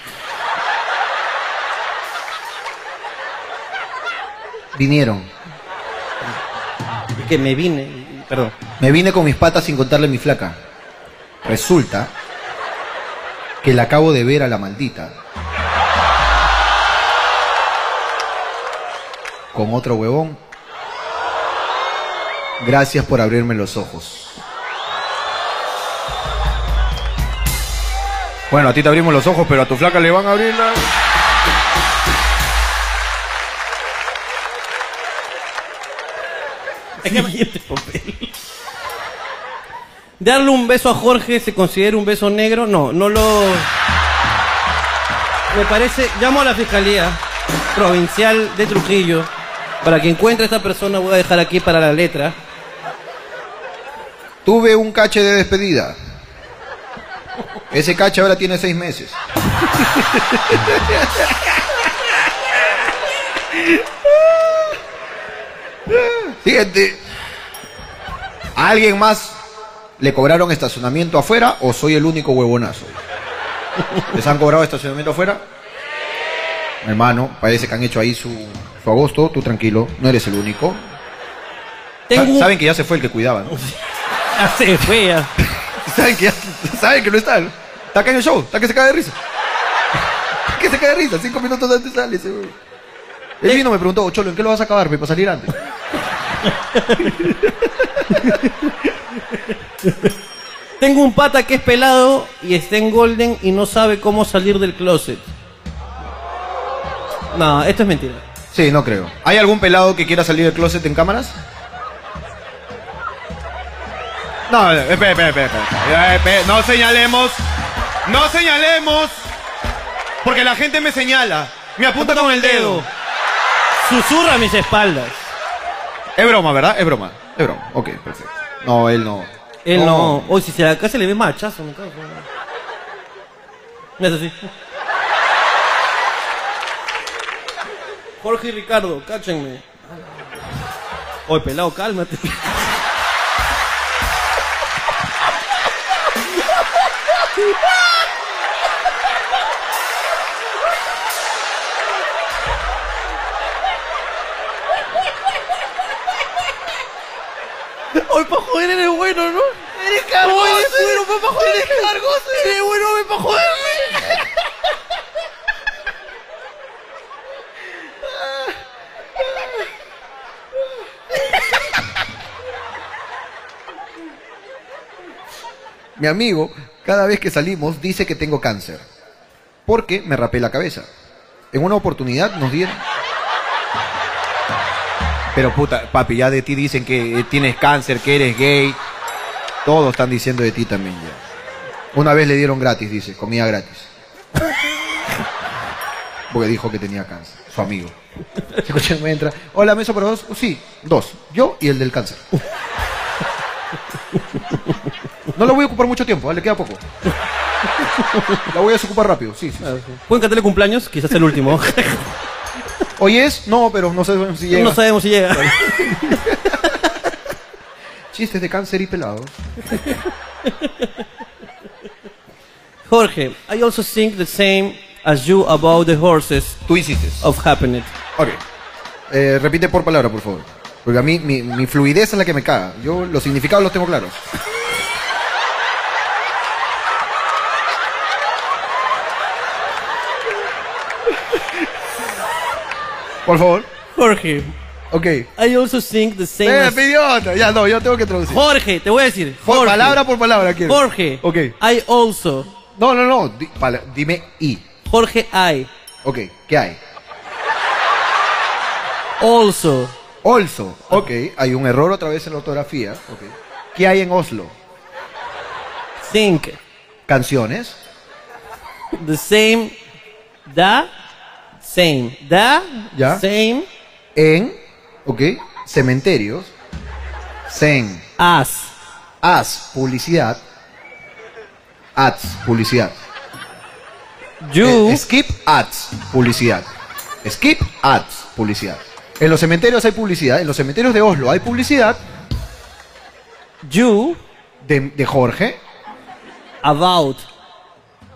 Vinieron. Que me vine, perdón. Me vine con mis patas sin contarle a mi flaca. Resulta que la acabo de ver a la maldita. Con otro huevón. Gracias por abrirme los ojos. Bueno, a ti te abrimos los ojos, pero a tu flaca le van a abrir la... Siguiente papel. Darle un beso a Jorge se considera un beso negro. No, no lo. Me parece. Llamo a la fiscalía provincial de Trujillo para que encuentre a esta persona. Voy a dejar aquí para la letra. Tuve un cache de despedida. Ese cache ahora tiene seis meses. Siguiente. ¿A alguien más le cobraron estacionamiento afuera o soy el único huevonazo? ¿Les han cobrado estacionamiento afuera? Hermano, parece que han hecho ahí su, su agosto. Tú tranquilo, no eres el único. Tengo un- Sa- Saben que ya se fue el que cuidaba. ¿no? Ah, se fue ya. Saben que, ya- saben que no está. ¿no? Está acá en el show, está que se cae de risa. que se cae de risa, cinco minutos antes sale. ese huevón. Él vino y me preguntó, Cholo, ¿en qué lo vas a acabar pe, para salir antes? Tengo un pata que es pelado y está en Golden y no sabe cómo salir del closet. No, esto es mentira. Sí, no creo. ¿Hay algún pelado que quiera salir del closet en cámaras? No, espera, espera, espera, espera. Eh, espera, No señalemos. No señalemos. Porque la gente me señala. Me apunta con el dedo. Susurra mis espaldas. Es broma, ¿verdad? Es broma. Es broma. Ok, perfecto. No, él no. Él no. Hoy si se acá se le ve machazo, me cago. Me hace así. Jorge y Ricardo, cáchenme. Oye, pelado, cálmate. Hoy para joder eres bueno, ¿no? Eres cargoso, eres bueno para joder. Eres cargoso, eres bueno para joder. Mi amigo, cada vez que salimos, dice que tengo cáncer. Porque me rapé la cabeza. En una oportunidad nos dieron. Pero puta, papi, ya de ti dicen que eh, tienes cáncer, que eres gay. Todos están diciendo de ti también ya. Una vez le dieron gratis, dice, comida gratis. Porque dijo que tenía cáncer, su amigo. Se escucha, me entra. Hola, mesa para dos. Sí, dos. Yo y el del cáncer. No lo voy a ocupar mucho tiempo, ¿eh? le queda poco. La voy a desocupar rápido, sí, sí, sí. ¿Pueden cantarle cumpleaños? Quizás el último. Hoy es, no, pero no sé si llega. No sabemos si llega. Chistes de cáncer y pelados. Jorge, I also think the same as you about the horses Tú insistes. of happiness. Ok. Eh, repite por palabra, por favor. Porque a mí mi, mi fluidez es la que me caga. Yo los significados los tengo claros. Por favor. Jorge, Ok. I also think the same Eh, as... idiota. Ya, no, yo tengo que traducir. pues. Jorge, te voy a decir. Por Jorge, palabra por palabra quiero. Jorge, Ok. I also... No, no, no. di- pala- dime y. Jorge I. Ok, ¿qué hay? Also. Also. Ok, hay un error otra vez en la ortografía. Ok. ¿Qué hay en Oslo? Think. Canciones. The same. Da. Same. Da. Ya. Same. En. Ok. Cementerios. Zen. As. As. Publicidad. Ads. Publicidad. You. Eh, skip ads, publicidad. Skip ads, publicidad. En los cementerios hay publicidad, en los cementerios de Oslo hay publicidad You. de, de Jorge About.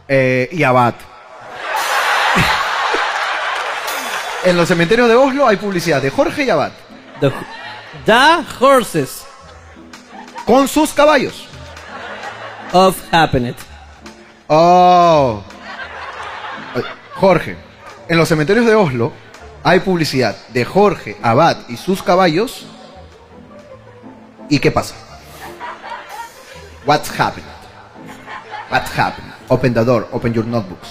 eh, y Abad. en los cementerios de Oslo hay publicidad de Jorge y Abad. The, the horses Con sus caballos. of happened. Oh. Ay, Jorge. En los cementerios de Oslo hay publicidad de Jorge, Abad y sus caballos. ¿Y qué pasa? What's happened? What's happened? Open the door, open your notebooks.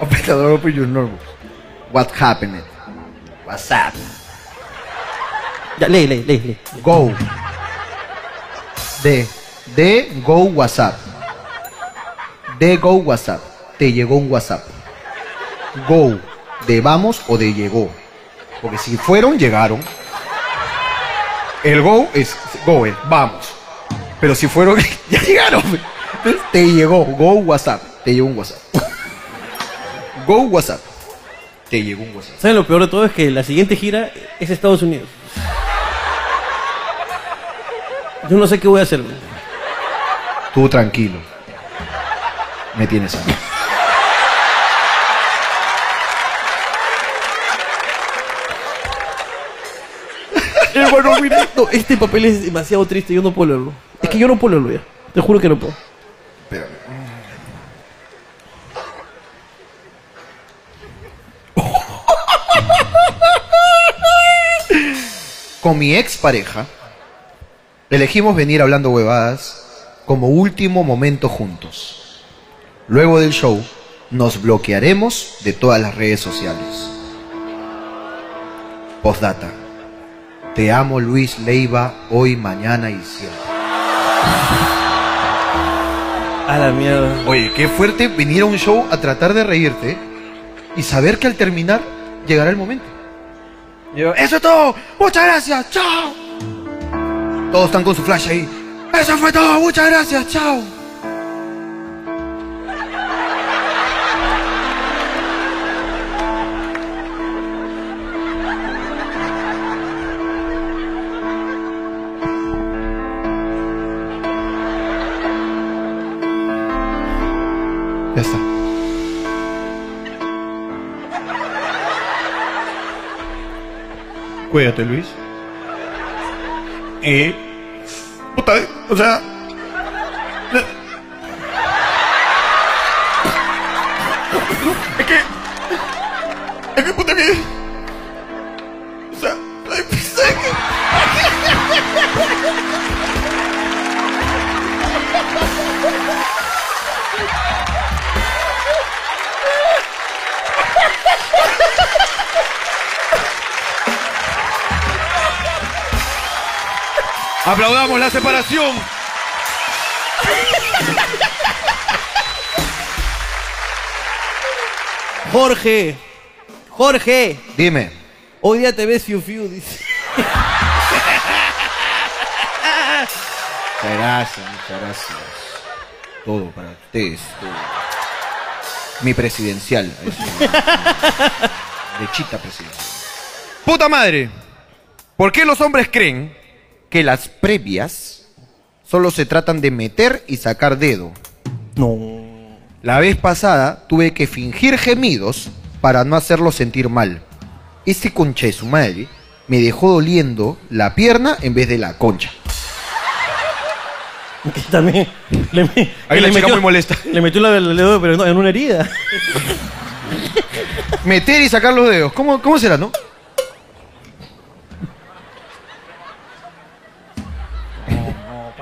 Open the door, open your notebooks. What happened? What's up? Ya, lee, lee, lee, lee. Go. De. De Go WhatsApp. De Go WhatsApp. Te llegó un WhatsApp. Go. De vamos o de llegó. Porque si fueron, llegaron. El go es go, es vamos. Pero si fueron, ya llegaron. pues. Entonces, Te llegó. Go WhatsApp. Te llegó un WhatsApp. Go WhatsApp. Te llegó un WhatsApp. ¿Saben lo peor de todo? Es que la siguiente gira es Estados Unidos. Yo no sé qué voy a hacer. güey. Tú tranquilo. Me tienes hambre. Hermano, mira, no, este papel es demasiado triste. Yo no puedo leerlo. Es que yo no puedo leerlo ya. Te juro que no puedo. con mi expareja, elegimos venir hablando huevadas como último momento juntos. Luego del show, nos bloquearemos de todas las redes sociales. Postdata. Te amo Luis Leiva hoy, mañana y siempre. A la mierda. Oye, qué fuerte venir a un show a tratar de reírte y saber que al terminar llegará el momento. Yo, Eso es todo. Muchas gracias. Chao. Todos están con su flash ahí. Eso fue todo. Muchas gracias. Chao. Ya está. Cuídate, Luis. Y. Puta, o sea. Es que. Es que puta que. O sea, la pizza que. Aplaudamos la separación. Jorge. Jorge. Dime. Hoy día te ves fiu fiu, dice. Muchas gracias, muchas gracias. Todo para ustedes. todo. Mi presidencial. Lechita presidencial. Puta madre. ¿Por qué los hombres creen? que las previas solo se tratan de meter y sacar dedo. No. La vez pasada tuve que fingir gemidos para no hacerlo sentir mal. Ese concha de su madre me dejó doliendo la pierna en vez de la concha. Que también. Le, me- Ahí la le chica muy molesta. Le metió la, el dedo, pero no, en una herida. Meter y sacar los dedos. ¿Cómo, cómo será, no?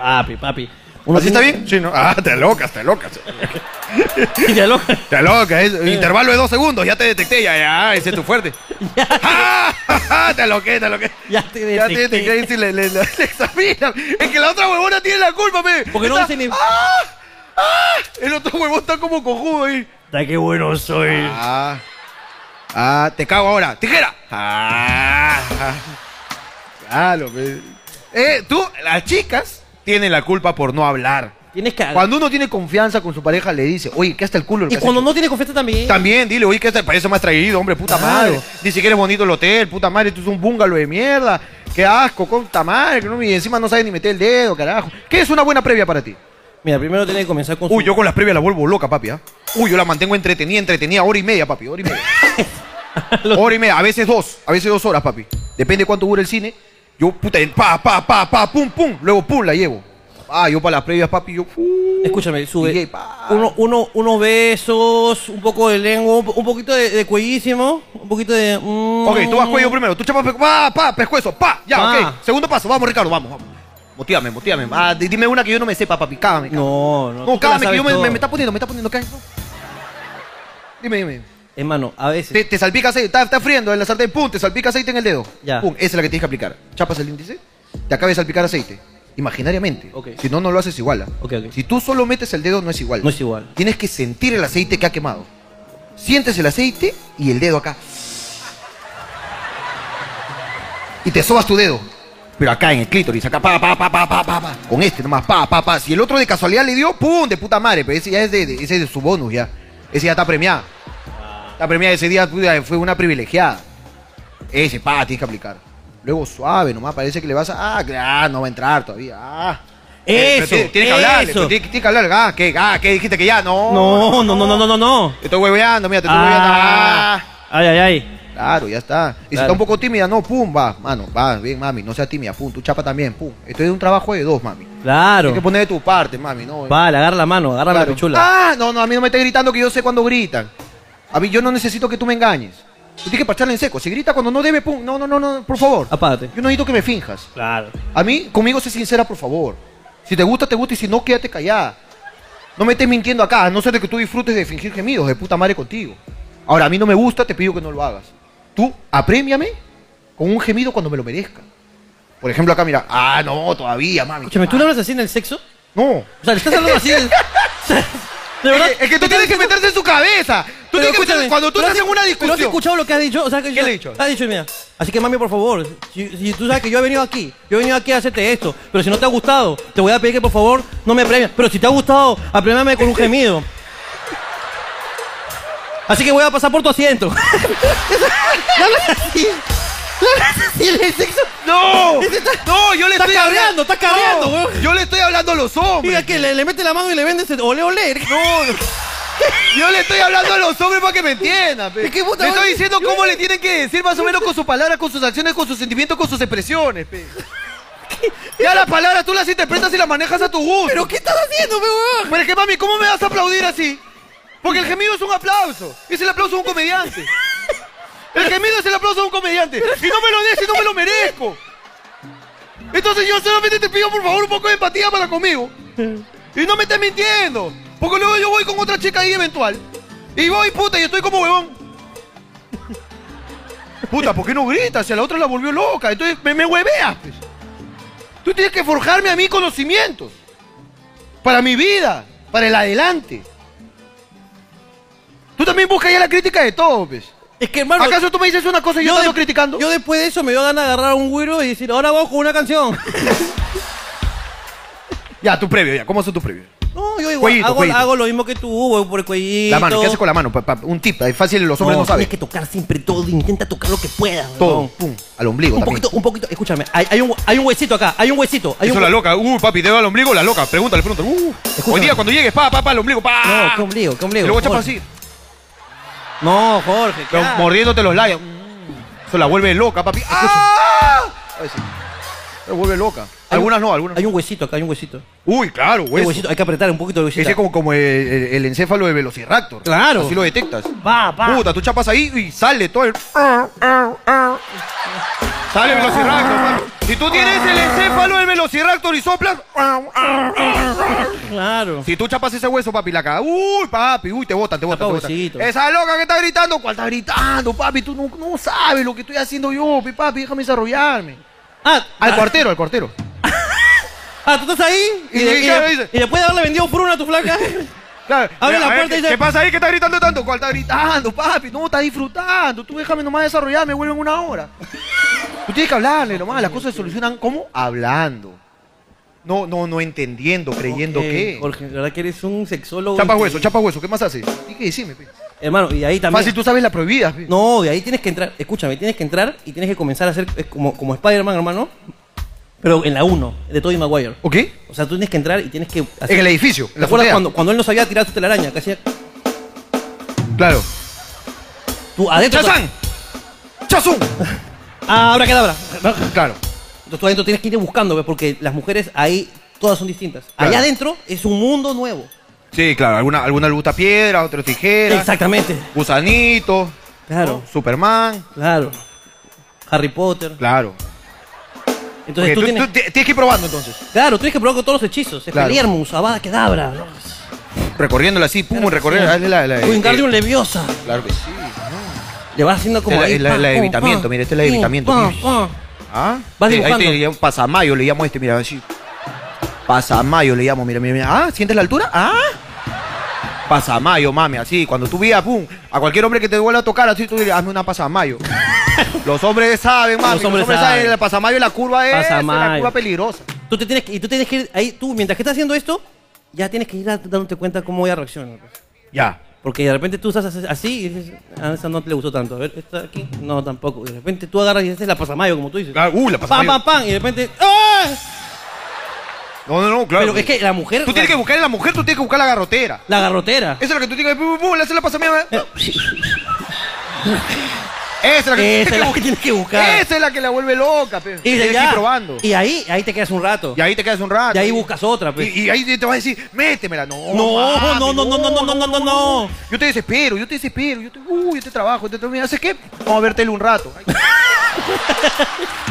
Papi, papi. Uno ¿Así está tiene- bien? Sí, ¿no? Ah, te alocas, te alocas. Y te aloca. Te alocas. es- Intervalo de dos segundos, ya te detecté, ya, ya, ese es tu fuerte. Ah, ja, ja, te aloqué, te aloqué. Ya te Ya te detecté. detecté y si le, le- le- le examinan. Es que la otra huevona tiene la culpa, pe. Porque no Está- dice ni- ¡Ah! ¡Ah! El otro huevón está como cojudo ahí. Da qué bueno soy. Ah. Ah, te cago ahora. ¡Tijera! Ah. ah. Claro, pe. Ah, Eh, tú, las chicas tienen la culpa por no hablar. Tienes que. Cuando uno tiene confianza con su pareja, le dice, oye, ¿qué hasta el culo? lo Y que has cuando hecho?". no tiene confianza también. También, dile, oye, ¿qué hasta el país más traído, hombre? Puta Claro. madre. Ni siquiera es bonito el hotel, puta madre. Tú es un búngalo de mierda. Qué asco, con madre. que no- y encima no sabes ni meter el dedo, carajo. ¿Qué es una buena previa para ti? Mira, primero tiene que comenzar con. su- Uy, yo con las previas la vuelvo loca, papi. ¿ah? Uy, yo la mantengo entretenida, entretenida, hora y media, papi, hora y media. hora y media, a veces dos, a veces dos horas, papi. Depende cuánto dure el cine. Yo, puta, pa, pa, pa, pa, pum, pum. Luego, pum, la llevo. Ah, yo para las previas, papi, yo. uh, Escúchame, DJ, sube. pa. Uno, uno, unos besos, un poco de lengua, un po- un poquito de, de cuellísimo, un poquito de. mm. Ok, tú vas cuello primero, tú chapas, pe- pa, pa, pescuezo, pa, ya, Pa. ok. Segundo paso, vamos, Ricardo, vamos, vamos. Motívame, motívame. Ah, di- dime una que yo no me sepa, papi, cágame. cágame. No, no. tú no, te la cágame, que sabes yo me, todo. me- me está poniendo, me está poniendo, cágame. Dime, dime. Hermano, a veces. Te, te salpica aceite, está, está friendo en la sartén, pum, te salpica aceite en el dedo. Ya. Pum, esa es la que tienes que aplicar. Chapas el índice, te acaba de salpicar aceite. Imaginariamente. Ok. Si no, no lo haces igual. ah. Ok, ok. Si tú solo metes el dedo, no es igual. No es igual. Tienes que sentir el aceite que ha quemado. Sientes el aceite y el dedo acá. Y te sobas tu dedo. Pero acá en el clítoris, acá, pa, pa, pa, pa, pa, pa, pa. Con este nomás, pa, pa, pa. Si el otro de casualidad le dio, pum, de puta madre. Pero ese ya es de, de- ese es de su bonus ya. Ese ya está premiado. La premia de ese día puta, fue una privilegiada. Ese, pa, tienes que aplicar. Luego suave, nomás parece que le vas a. Ah, claro, no va a entrar todavía. Ah. Eso, Pero Tienes que hablar, eso. tienes tienes que hablar. Ah, ¿qué? Ah, ¿qué dijiste que ya? No. No, no, no, no, no, no, no. Te estoy hueveando, mira, te estoy hueveando. Ah, Ah. ay, ay, ay. Claro, ya está. Y si Claro. está un poco tímida, no, pum, va, mano, va, bien, mami, no sea tímida, pum, tu chapa también, pum. Esto es un trabajo de dos, mami. Claro. Tienes que poner de tu parte, mami, no. Vale, agarra la mano, agarra Claro. la pichula. Ah, no, no, a mí no me estés gritando que yo sé cuando gritan. A mí yo no necesito que tú me engañes. Tú tienes que parcharle en seco. Si grita cuando no debe, pum. No, no, no, no, por favor. Apágate. Yo no necesito que me finjas. Claro. A mí, conmigo sé sincera, por favor. Si te gusta, te gusta y si no, quédate callada. No me estés mintiendo acá, a no ser de que tú disfrutes de fingir gemidos de puta madre contigo. Ahora, a mí no me gusta, te pido que no lo hagas. Tú, apremiame con un gemido cuando me lo merezca. Por ejemplo, acá mira, ah, no, todavía, mami. Escúchame, ¿tú le hablas así en el sexo? No, O sea, le estás hablando así. del- o sea, de verdad. Es que- es que tú tienes que meterse en su cabeza. Tú Pero tienes que meterse, escúchame, cuando tú pero estás en has- una ¿Pero has discusión. escuchado lo que has dicho? O sea, que ¿Qué yo- le he dicho? Has dicho, mira. Así que, mami, por favor, si, si tú sabes que yo he venido aquí, yo he venido aquí a hacerte esto, pero si no te ha gustado, te voy a pedir que por favor no me premias. Pero si te ha gustado, apremiame con un gemido. Así que voy a pasar por tu asiento. No hablas así. No hablas así en el sexo. No, Ese está- no, yo le está estoy cabreando, hablando, está cabreando, No, weón. Yo le estoy hablando a los Mira hombres. que le, le mete la mano y le vende ese ole ole. No, no. Yo le estoy hablando a los hombres para que me entiendan. pe. Es que puta le estoy madre. diciendo cómo le tienen que decir más o menos con sus palabras, con sus acciones, con sus sentimientos, con sus expresiones. pe. Ya las palabras tú las interpretas y las manejas a tu gusto. ¿Pero qué estás haciendo, pe, weón? Pero es que mami, ¿cómo me vas a aplaudir así? Porque el gemido es un aplauso. Es el aplauso de un comediante. El gemido es el aplauso de un comediante. Y no me lo des y no me lo merezco. Entonces yo solamente te pido por favor un poco de empatía para conmigo. Y no me estés mintiendo. Porque luego yo voy con otra chica ahí eventual. Y voy, puta, y estoy como huevón. Puta, ¿por qué no gritas? Si a la otra la volvió loca. Entonces me, me hueveas. pues. Tú tienes que forjarme a mí conocimientos para mi vida, para el adelante. Tú también buscas ya la crítica de todo, pues. Es que, hermano. ¿Acaso tú me dices una cosa y yo, te de- ando criticando? Yo después de eso me dio ganas de agarrar un güiro y decir, ahora vamos con una canción. Ya, tu previo, ya. ¿Cómo haces tu previo? No, yo igual Cuellito, hago, cuellito. hago lo mismo que tú, güey, por el cuellito. La mano, ¿qué haces con la mano? Pa- pa- un tip, es fácil, los hombres no, saben. Tienes que tocar siempre todo, intenta tocar lo que puedas. Todo, huevón. pum, al ombligo Un también. poquito, un poquito, escúchame, hay, hay un, hay un huesito acá, hay un huesito. Hay un hue- loca, uh, papi, dedo al ombligo, la loca. Pregúntale, pregúntale. Uh, Escúchame. cuando llegues, pa, pa, pa, al ombligo, pa. No, qué ombligo, qué ombligo. Y luego chapas Jorge. así, No, Jorge, lo- claro. mordiéndote los labios. Mm, Eso la vuelve loca, papi. ¡Ah! Ay, sí. La vuelve loca. Hay un- Algunas no, algunas. Hay un huesito acá, hay un huesito. Uy, claro, Hay, güey. un huesito, hay que apretar un poquito el huesito. Ese es como, como el, el- el encéfalo de Velociraptor. Claro. Así lo detectas. Va, va. Puta, tú chapas ahí y sale todo el. Sale Velociraptor. sale. Si tú tienes el encéfalo del Velociraptor y soplas. Claro. Si tú chapas ese hueso, papi, la caga. Uy, papi, uy, te botan, te botan. te botan. pobrecito. Esa loca que está gritando, ¿cuál está gritando, papi? Tú no, no sabes lo que estoy haciendo yo, pi, papi, déjame desarrollarme. Ah, Al ah, cuartero, al cuartero. Ah, tú estás ahí y, Y de- ¿qué y de- dice? y después de haberle vendido por una a tu flaca. Claro, Abre mira, la a ver, puerta y ¿qué, dice- ¿Qué pasa ahí que está gritando tanto? ¿Cuál está gritando, papi? No, está disfrutando. Tú déjame nomás desarrollarme, vuelvo en una hora. Tú tienes que hablarle nomás, las cosas se solucionan ¿cómo? Hablando. No, no, no entendiendo, creyendo Ok, que. Eh, Jorge, la verdad que eres un sexólogo. Chapa increíble. hueso, chapa hueso, ¿qué más haces? ¿Y qué decime, pe? Hermano, y ahí también. Fácil, tú sabes la prohibida, pe. No, de ahí tienes que entrar. Escúchame, tienes que entrar y tienes que comenzar a hacer eh, como, como Spider-Man, hermano. Pero en la 1, de Tobey Maguire. ¿Ok? En O sea, tú tienes que entrar y tienes que. hacer- el edificio, en ¿Te la acuerdas azotea. cuando, cuando él no sabía tirar tu telaraña? Que hacía. Claro. Tú adentro. ¡Chazán! ¡Chazún! Ah, ahora quedabra. Claro. Entonces tú adentro tienes que ir buscando, ¿ves? porque las mujeres ahí todas son distintas. Claro. Allá adentro es un mundo nuevo. Sí, claro. Alguna, alguna le gusta piedra, otra tijera. Exactamente. Gusanito. Claro, ¿no? Superman. claro. Harry Potter. Claro. Entonces Ok, tú, tú- tienes. tú ti- tienes que ir probando entonces. Claro, tienes que probar con todos los hechizos. Claro. Expelliarmus, Avada Kedavra. ¿no? Recorriéndola así, pum, recorriéndola. Dale la, la- Wingardium eh, Leviosa. Claro que sí. Le vas haciendo como Esta es ahí. la- es la- pa, la de pum, evitamiento, pa, mira, esta es la de pum, evitamiento. pa, Ish. pa. ¿Ah? Vas Sí, Ahí dibujando. te llaman pasamayo, le llamo a este, mira, así. Pasamayo le llamo, mira, mira, mira. Ah, ¿sientes la altura? Ah. Pasamayo, mami, así. Cuando tú veas, pum, a cualquier hombre que te vuelva a tocar, así tú le hazme una pasamayo. los hombres saben, mami. Los hombres, saben, la pasamayo es la curva es la Pasamayo. curva peligrosa. Tú te tienes que, y tú tienes que ir ahí, tú, mientras que estás haciendo esto, ya tienes que ir a- dándote cuenta cómo voy a reaccionar. pues. Ya. Porque de repente tú estás así- así y dices, a esa no te le gustó tanto. A ver, esta aquí, no, tampoco. Y de repente tú agarras y dices, la pasamayo, como tú dices. Claro, uh, la Pam, pasamayo. pam, pam, y de repente, ¡ah! No, no, no, claro. Pero es que la mujer. Tú tienes que buscar a la mujer, tú tienes que buscar la garrotera. La garrotera. Eso es lo que tú tienes que. Pum, pum, pum, le haces la pasamayo. Eh, Esa es la que Esa es la que buscar. tienes que buscar. Esa es la que la vuelve loca, pe. Y, de Tienes que ir ya. probando. y ahí, ahí te quedas un rato. Y ahí te quedas un rato. Y ahí buscas otra, pues. Y, y ahí te va a decir, métemela. No, No, papi, no, no, no, no, no, no, no, no, no. Yo te desespero, yo te desespero. Yo te, uy, yo te trabajo, yo te trabajo. ¿Haces qué? Vamos a ver tele un rato. Ay.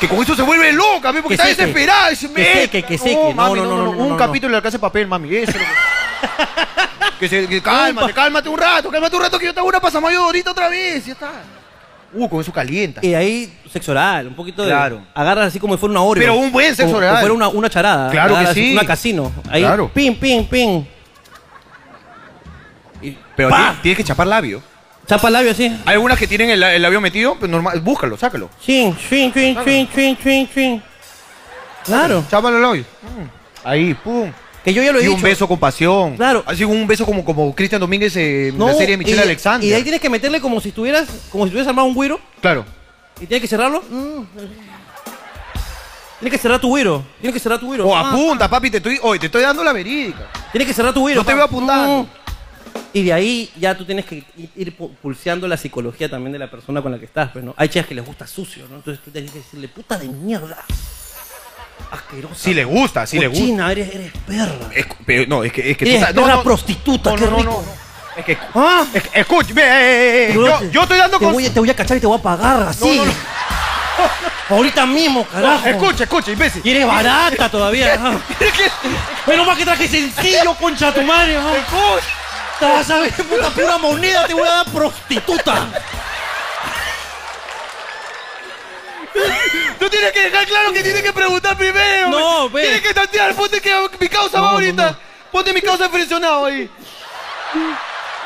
que con eso se vuelve loca, pe, porque Que está seque. desesperada. Dice, Que seque, "Métela". que seque. No, mami, no, no, no, no, Un no. capítulo le alcanza papel, mami. Eso. es lo que- que se, que cálmate, cálmate un rato, cálmate un rato que yo te hago una pasamayo ahorita otra vez. Ya está. Uh, con eso calienta. Y ahí, sexo oral, un poquito de. Claro. Agarras así como si fuera una Oreo. Pero un buen sexo Como- oral. Como fuera una, una charada. Claro que Agarras así, sí. Una casino. Ahí. Claro. Ping, ping, ping. Y Pero ¡pa! ti- tienes que chapar labio. Chapa el labio así. Hay algunas que tienen el, el labio metido, pero normal, búscalo, sácalo. Chin, chin, chin, chin, chin, chin, chin. Claro. Chápalo el labio. Mm. Ahí, pum. Que yo ya lo he y dicho. un beso con pasión. Claro. Así un beso como, como Cristian Domínguez eh, en la serie de Michelle y, Alexander. Y de ahí tienes que meterle como si estuvieras, como si estuvieras armado un güiro Claro. y tienes que cerrarlo. Mm. Tienes que cerrar tu güiro. Tienes que cerrar tu güiro. O Ah. apunta, papi, te estoy, oye, te estoy dando la verídica. Tienes que cerrar tu virus. No te veo apuntando. Y de ahí ya tú tienes que i- ir pu- pulseando la psicología también de la persona con la que estás, pues, ¿no? Hay chicas que les gusta sucio, ¿no? Entonces tú tienes que decirle, puta de mierda. Asquerosa. Si le gusta, si le gusta. Eh, cochina, eres, eres perra. Es- pero no, es que, es que eres sabes- perra prostituta, no, qué no, no, rico. no, no. Es que, Ah, es que- escúchame, eh, eh, eh, yo, yo estoy dando te con... voy, a- te voy a cachar y te voy a pagar así. no, no. Ahorita mismo, carajo. Escucha, escucha, imbécil. Y eres barata todavía. ah. Menos mal que traje sencillo, concha de tu madre. ah. Escucha. Te vas a ver, puta pura moneda, te voy a dar prostituta. Tú tienes que dejar claro que tienes que preguntar primero. No, güey. ve. Tienes que tantear, ponte que mi causa va No, ahorita. no, no. Ponte mi causa frencionado ahí.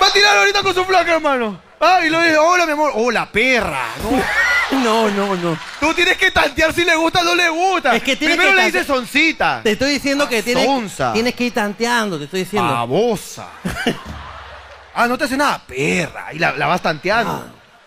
Va a tirar ahorita con su placa, hermano. Ah, y lo dice, hola, mi amor. Hola, perra. No, No, no, no. tú tienes que tantear si le gusta o no le gusta. Es que tiene primero que le tante- dices soncita. Te estoy diciendo que tienes, sonza. tienes que ir tanteando, te estoy diciendo. Babosa. ah, no te hace nada, perra. Y la, la vas tanteando. Oye, tú- tú- Ah,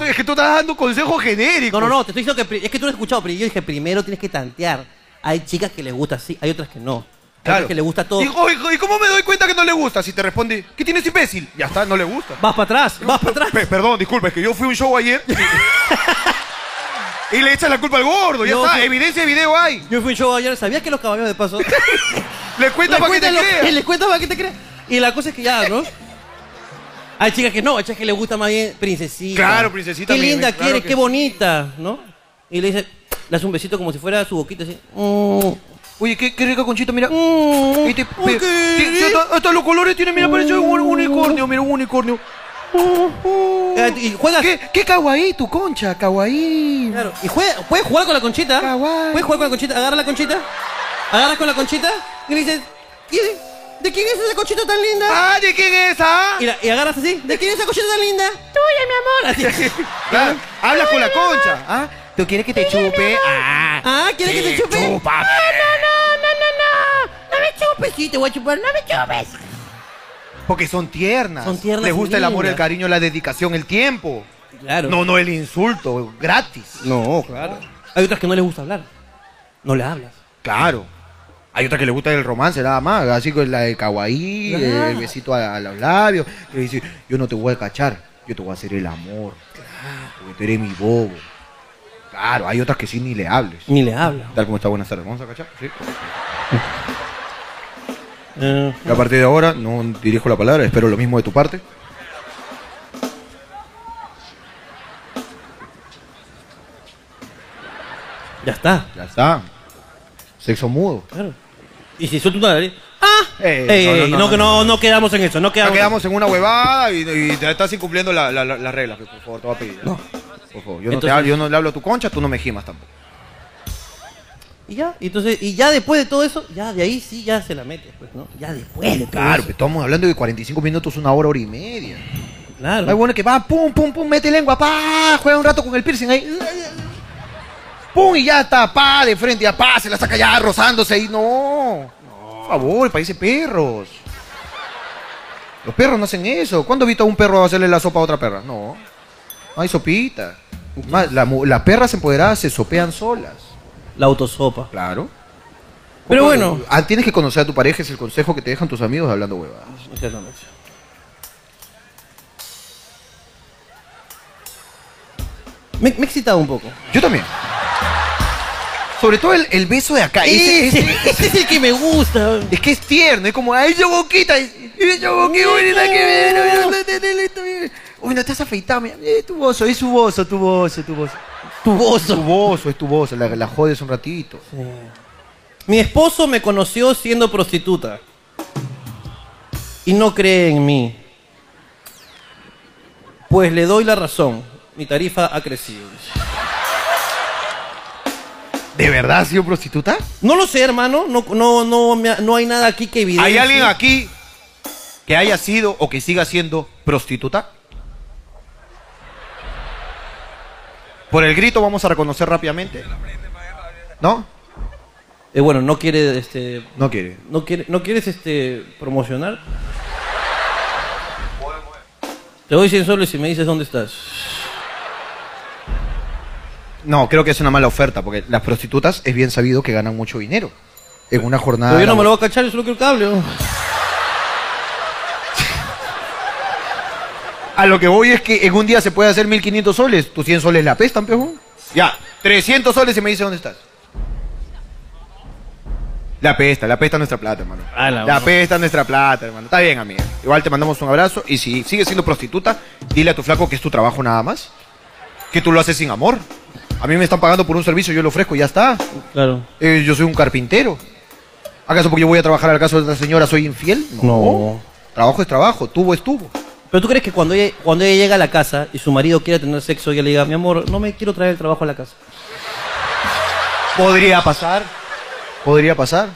Caballona. es que tú estás dando consejos genéricos. No, no, no, te estoy diciendo que pri- es que tú no has escuchado, pero yo dije primero tienes que tantear. Hay chicas que les gusta así, hay otras que no. Hay otras que les gusta todo. Y, oye, ¿Y cómo me doy cuenta que no le gusta? Si te responde, ¿qué tienes imbécil? Ya está, no le gusta. Vas para atrás, vas para atrás. Pe- perdón, disculpa, es que yo fui a un show ayer. y le echas la culpa al gordo, ya Yo está. fui- Evidencia de video hay. Yo fui a un show ayer, ¿sabías que los caballos de paso? les Le cuentas para que te cuentan lo- creas. les cuentas para que te creas. Y la cosa es que ya, ¿no? Hay chicas que no, hay chicas que les gusta más bien princesita. Claro, princesita, Qué mi- linda mi- claro que eres, que qué sí. bonita, ¿no? Y le dice, le hace un besito como si fuera su boquita, así. Mm. Oye, qué, qué rica conchita, mira. Mm. Este, Uy, pe- qué ti- ti- rico. hasta, hasta los colores tiene, mira, parece un unicornio, mira, un unicornio. Eh, Y juegas. ¿Qué, qué kawaii tu concha, kawaii. Claro. Y juega- puedes jugar con la conchita. Kawaii. Puedes jugar con la conchita. Agarra la conchita. Agarras con la conchita. Y le dices, "¿Quién- ¿de quién es esa conchita tan linda? Ah, ¿de quién es esa? Y, la- y agarras así. ¿De quién es esa conchita tan linda? Tuya, mi amor. Así. Claro, hablas con la concha. ¿Ah? ¿Tú quieres que te chupe? Ah, Ah, ¿quieres que te chupe? Chupa. No me chupes, sí, te voy a chupar. No me chupes. Porque son tiernas. Son tiernas Les gusta y el amor, lindas. el cariño, la dedicación, el tiempo. Claro. No, no el insulto, gratis. No, claro. Hay otras que no les gusta hablar. No le hablas. Claro. Hay otra que le gusta el romance, nada más. Así con la de kawaii, Claro. el besito a, a los labios. Que dice, yo no te voy a cachar, yo te voy a hacer el amor. Porque tú eres mi bobo. Claro, hay otras que sí ni le hables. Ni le hablas. Tal como está, buenas tardes. ¿Vamos a cachar? Sí. Eh. Y a partir de ahora, no dirijo la palabra, espero lo mismo de tu parte. ya está. Ya está. Sexo mudo. Claro. Y si suelta una nariz. ¡Ah! Eh, Ey, no, no, ey, no, no, no, que no, no quedamos en eso. No Ya quedamos. quedamos en una huevada y, y te estás incumpliendo la- la- la- las reglas. Por favor, te voy a pedir. No. Por favor, yo, no te Entonces- hablo- yo no le hablo a tu concha, tú no me gimas tampoco. Y ya, y entonces, y ya después de todo eso, ya de ahí sí ya se la metes, pues, ¿no? Ya después de todo Claro, eso. pues estamos hablando de 45 minutos, una hora, hora y media. Hay Claro. bueno que va, pum, pum, pum, mete lengua, pa, juega un rato con el piercing ahí. Pum, y ya está, pa, de frente, ya, pa, se la saca ya rozándose ahí. No, por favor, país de perros. Los perros no hacen eso. ¿Cuándo he visto a un perro hacerle la sopa a otra perra? No, no hay sopita. Más, la mu- las perras empoderadas se sopean solas. La autosopa. Claro. Pero bueno. Ah, tienes que conocer a tu pareja, es el consejo que te dejan tus amigos hablando huevadas. Exactamente. Me, me he excitado un poco. Yo también. Sobre todo el, el beso de acá. Ese- Ese, ese- ese es el que me gusta. es que es tierno, es como, ¡ay, yo boquita! es- ¡Ay, yo boquita! ¡Qué bonita que viene! mira, mira, mira, mira, mira. Uy, no te has afeitado, mira. Eh, tu bozo, es su bozo, tu bozo, tu bozo. Tu Tu bozo. bozo, es tu bozo, la, la jodes un ratito. Mi esposo me conoció siendo prostituta. Y no cree en mí. Pues le doy la razón. Mi tarifa ha crecido. ¿De verdad ha sido prostituta? No lo sé, hermano. No, no, no, me ha- no hay nada aquí que evidencie. ¿Hay alguien aquí que haya sido o que siga siendo prostituta? Por el grito vamos a reconocer rápidamente. ¿No? Eh, bueno, no quiere, este, No quiere. no quiere, no quieres, este, promocionar. Te doy 100 soles y me dices dónde estás. No, creo que es una mala oferta, porque las prostitutas es bien sabido que ganan mucho dinero. En una jornada. Pero yo no me lo laboral. voy a cachar, yo solo quiero que hable. ¿no? A lo que voy es que en un día se puede hacer 1500 soles. Tus 100 soles la pestan, pejo. Ya, 300 soles y me dice dónde estás. La pesta, la pesta nuestra plata, hermano. A la la mano. pesta nuestra plata, hermano. Está bien, amiga. Igual te mandamos un abrazo. Y si sigues siendo prostituta, dile a tu flaco que es tu trabajo nada más. Que tú lo haces sin amor. A mí me están pagando por un servicio, yo lo ofrezco, y ya está. Claro. Eh, yo soy un carpintero. ¿Acaso porque yo voy a trabajar al caso de la señora soy infiel? No. Trabajo es trabajo, tubo es tubo. Pero tú crees que cuando ella, cuando ella llega a la casa y su marido quiere tener sexo, ella le diga, mi amor, no me quiero traer el trabajo a la casa. Podría pasar. Podría pasar.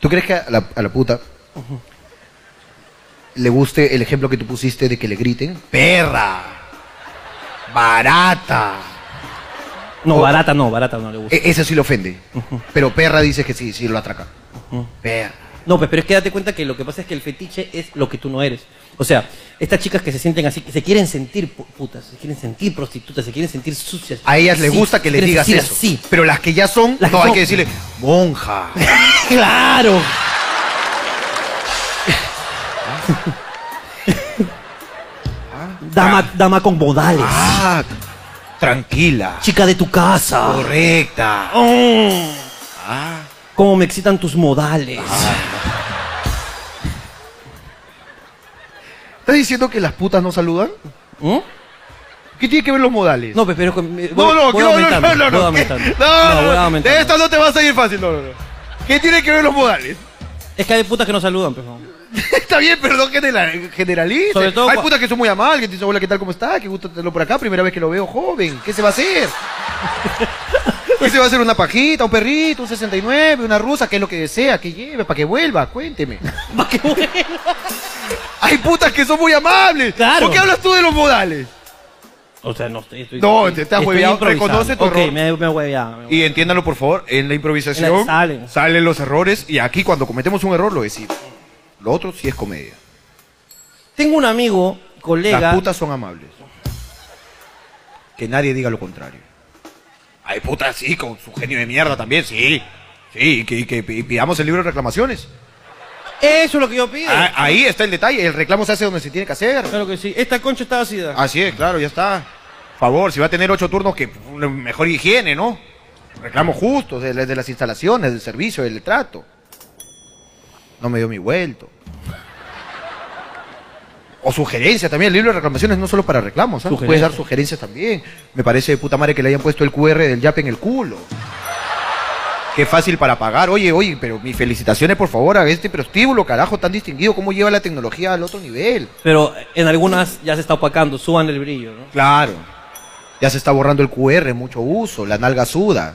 ¿Tú crees que a la, a la puta le guste el ejemplo que tú pusiste de que le griten? Perra. Barata. No, Oh. barata no, barata no le gusta. E- eso sí le ofende. Pero perra dices que sí, sí lo atraca. Perra. No, pues, pero es que date cuenta que lo que pasa es que el fetiche es lo que tú no eres. O sea, estas chicas que se sienten así, que se quieren sentir pu- putas, se quieren sentir prostitutas, se quieren sentir sucias. A ellas les Sí, gusta que se les quieren digas sentir eso. así. Pero las que ya son, Las que no, hay son. que decirle, monja. ¡Claro! dama, dama con bodales. Ah, tranquila. Chica de tu casa. Correcta. Mm. Ah, Cómo me excitan tus modales. ¿Estás diciendo que las putas no saludan? ¿Mm? ¿Qué tiene que ver los modales? No, pues, pero con- voy- No, no, voy que no, no, aumentando, no, no, no, voy que- aumentando. no, no, voy no, aumentando. de esta no te va a salir fácil, no, no, no. ¿Qué tiene que ver los modales? Es que hay putas que no saludan, pues. no. Está bien, pero no general- generalice. Sobre todo Hay cua- putas que son muy amables, que te dicen, hola, ¿qué tal, cómo está? Qué gusto tenerlo por acá, primera vez que lo veo joven. ¿Qué se va a hacer? ¿Qué se va a hacer? ¿Una pajita, un perrito, un 69, una rusa? ¿Qué es lo que desea? ¿Qué lleve? ¿Para que vuelva? Cuénteme. Va, qué bueno. Hay putas que son muy amables. Claro. ¿Por qué hablas tú de los modales? O sea, no estoy. estoy- No, te- te has estoy hueveado, improvisando. reconoce tu Ok, error. me, me he hueveado, me he Y entiéndalo, por favor, en la improvisación En la- salen. salen los errores y aquí cuando cometemos un error lo decimos. Lo otro sí es comedia. Tengo un amigo, colega. Las putas son amables. Que nadie diga lo contrario. Hay putas, sí, con su genio de mierda también, sí. Sí, y que, y que pi- pidamos el libro de reclamaciones. Eso es lo que yo pido. Ah, ahí está el detalle, el reclamo se hace donde se tiene que hacer. Claro que sí. Esta concha está ácida. Así es, claro, ya está. Favor, si va a tener ocho turnos, que una mejor higiene, ¿no? Reclamo justo, de, la- de las instalaciones, del servicio, del trato. No me dio mi vuelto. O sugerencias también, el libro de reclamaciones no solo para reclamos, ¿ah? puedes dar sugerencias también. Me parece de puta madre que le hayan puesto el QR del YAP en el culo. Qué fácil para pagar. Oye, oye, pero mis felicitaciones por favor a este prostíbulo, carajo, tan distinguido, cómo lleva la tecnología al otro nivel. Pero en algunas ya se está opacando, suban el brillo, ¿no? Claro. Ya se está borrando el QR, mucho uso, la nalga suda.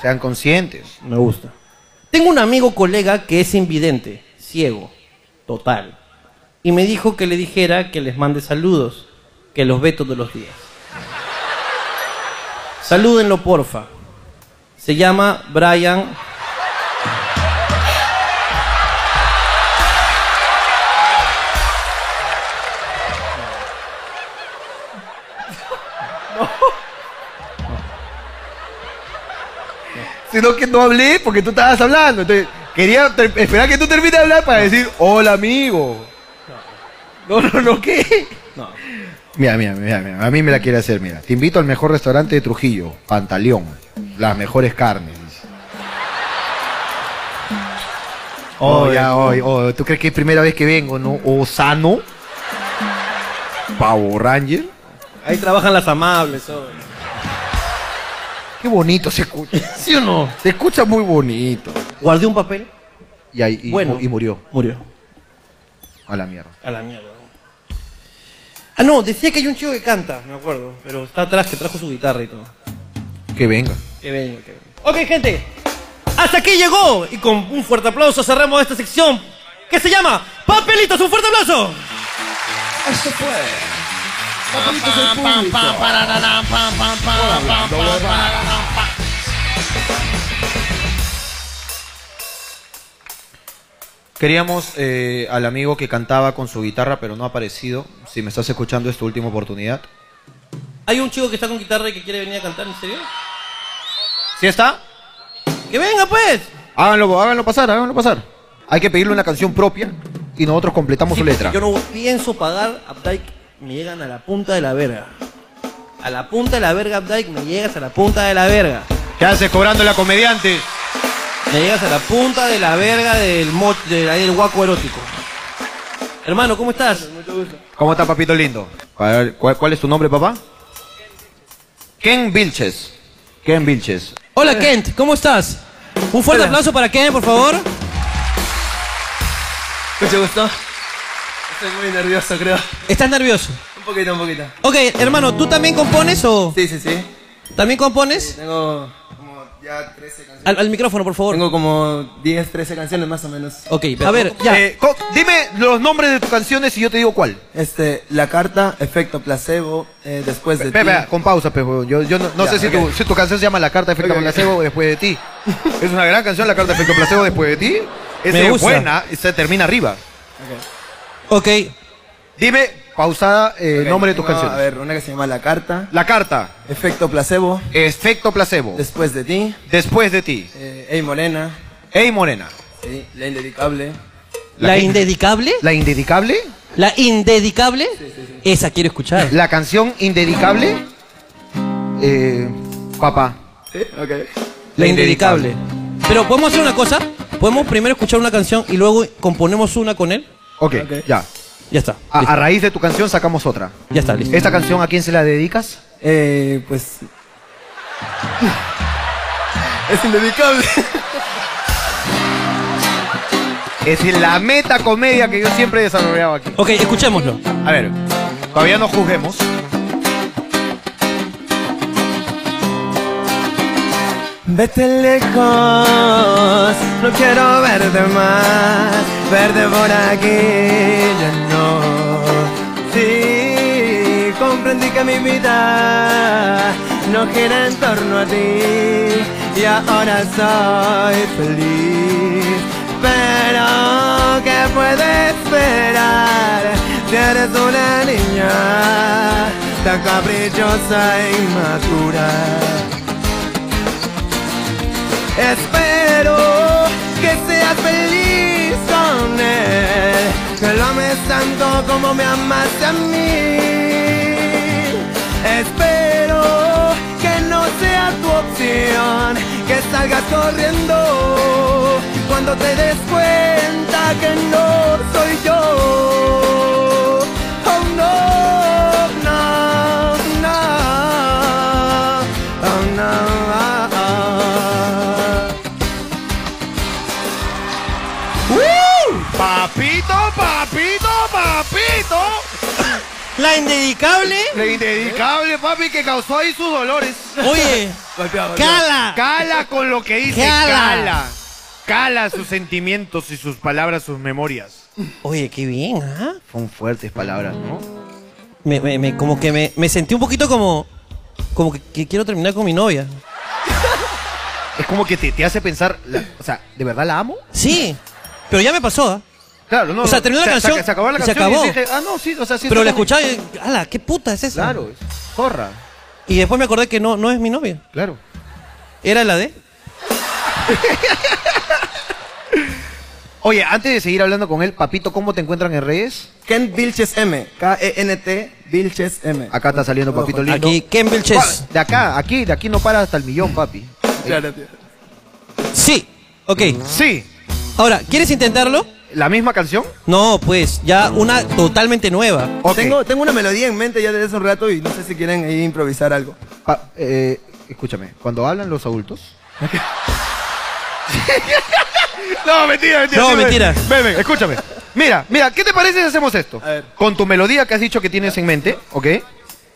Sean conscientes. Me gusta. Tengo un amigo colega que es invidente, ciego, total. Y me dijo que le dijera que les mande saludos, que los ve todos los días. Salúdenlo, porfa. Se llama Brian. Sino que no hablé porque tú estabas hablando. Entonces, quería ter- esperar que tú termines de hablar para decir, hola amigo. No, no, no, ¿qué? No. Mira, mira, mira, mira, a mí me la quiere hacer, mira. Te invito al mejor restaurante de Trujillo, Pantaleón. Las mejores carnes. dice. Oh, ya, oh, oh, ¿tú crees que es primera vez que vengo, no? ¿O sano? Pavo Ranger. Ahí trabajan las amables. oh. Qué bonito se escucha. ¿Sí o no? Se escucha muy bonito. Guardé un papel. Y, ahí, y- bueno. y murió. Murió. A la mierda. A la mierda. Ah, no, decía que hay un chico que canta, me acuerdo. Pero está atrás, que trajo su guitarra y todo. Que venga. Que venga, que venga. Ok, gente. Hasta aquí llegó. Y con un fuerte aplauso cerramos esta sección que se llama Papelitos. Un fuerte aplauso. Esto fue Papelitos del Público. Queríamos eh, al amigo que cantaba con su guitarra, pero no ha aparecido. Si me estás escuchando, es tu última oportunidad. Hay un chico que está con guitarra y que quiere venir a cantar, ¿en serio? ¿Sí está? Que venga, pues. Háganlo, háganlo pasar, háganlo pasar. Hay que pedirle una canción propia y nosotros completamos Sí, su letra. Yo no pienso pagar Updike. Me llegan a la punta de la verga. A la punta de la verga, Updike. Me llegas a la punta de la verga. ¿Qué haces cobrando la comediante? Me llegas a la punta de la verga del, mo de ahí del guaco erótico. Hermano, ¿cómo estás? ¿Cómo está, papito lindo? ¿Cuál, cuál- cuál es tu nombre, papá? Ken Vilches. Ken Vilches. Hola Kent, ¿cómo estás? Un fuerte aplauso para Kent, por favor. Mucho gusto. Estoy muy nervioso, creo. ¿Estás nervioso? Un poquito, un poquito. Ok, hermano, ¿tú también compones o Sí, sí, sí. también compones? Tengo como ya 13 canciones. Al, al micrófono, por favor. Tengo como 10, 13 canciones más o menos. Ok, a ver, ya. Eh, co- dime los nombres de tus canciones y yo te digo cuál. Este, la carta, efecto placebo, eh, después de Espera, ti. espera, con pausa, pe, huevón. yo, yo no, no Ya, sé si, ok. tu, si tu canción se llama La Carta de Efecto Ok, ok. Placebo o después de ti. es una gran canción, La Carta de Efecto Placebo después de ti. Es Me eh, gusta. buena, se termina arriba. Ok, Dime, pausada, eh, Ok, nombre de tus tengo, canciones. A ver, una que se llama La carta, La Carta, efecto placebo, Efecto Placebo, después de ti, después de ti. eh, Ey Morena, Ey Morena, sí, La indedicable. ¿la, La- indedicable? La Indedicable, ¿La indedicable? Esa quiero escuchar. la canción Indedicable, eh, papá. Sí, ok. La indedicable. Pero podemos hacer una cosa. Podemos primero escuchar una canción y luego componemos una con él. Ok, Ok. ya. Ya está. Ah, A, listo. a raíz de tu canción sacamos otra. Ya está, listo. ¿Esta canción a quién se la dedicas? Eh, pues. es indedicable. Es la meta comedia que yo siempre he desarrollado aquí. Ok, escuchémoslo. A ver, todavía no juzguemos. Vete lejos, no quiero verte más, verte por aquí, ya no. Sí, comprendí que mi vida no gira en torno a ti y ahora soy feliz. Pero, ¿qué puede esperar? Si eres una niña tan caprichosa e inmadura. Espero que seas feliz con él, que lo ames tanto como me amaste a mí. Espero que no sea tu opción, que salgas corriendo cuando te des cuenta que no soy yo. Oh no, no, no, oh no. Papito, papito, papito. La indedicable. Le indedicable, papi, que causó ahí sus dolores. Oye, cala. Cala con lo que dice, Cala. cala. Cala sus sentimientos y sus palabras, sus memorias. Oye, qué bien, ¿ah? Son fuertes palabras, ¿no? Me, me- me- como que me, me sentí un poquito como. Como que, que quiero terminar con mi novia. Es como que te, te hace pensar, la- o sea, ¿de verdad la amo? Sí, pero ya me pasó, ¿ah? Claro, no. O sea, no, terminó la se- se- canción Se, acabó la y se canción. acabó. Y dije, ah, no, sí, o sea, sí. Pero la totalmente. escuchaba y. ¡Hala, qué puta es esa! Claro, es zorra. Y después me acordé que no, no es mi novia. Claro. Era la de. Oye, antes de seguir hablando con él, papito, ¿cómo te encuentran en redes? Ken Vilches M. K-E-N-T Vilches M. Acá está saliendo papito lindo. Aquí, Ken Vilches. De acá, aquí, de aquí no para hasta el millón, papi. Claro, tío. Sí, ok. Sí, Ahora, ¿quieres intentarlo? la misma canción. No, pues, ya una totalmente nueva. Ok. Tengo, tengo una melodía en mente ya desde hace un rato y no sé si quieren ahí improvisar algo. Pa- eh, escúchame, cuando hablan los adultos. No, mentira, mentira. No, sí, ven. mentira. Ven, ven, escucha. Escúchame. Mira, mira, ¿qué te parece si hacemos esto? A ver. Con tu melodía que has dicho que tienes en mente, ¿ok?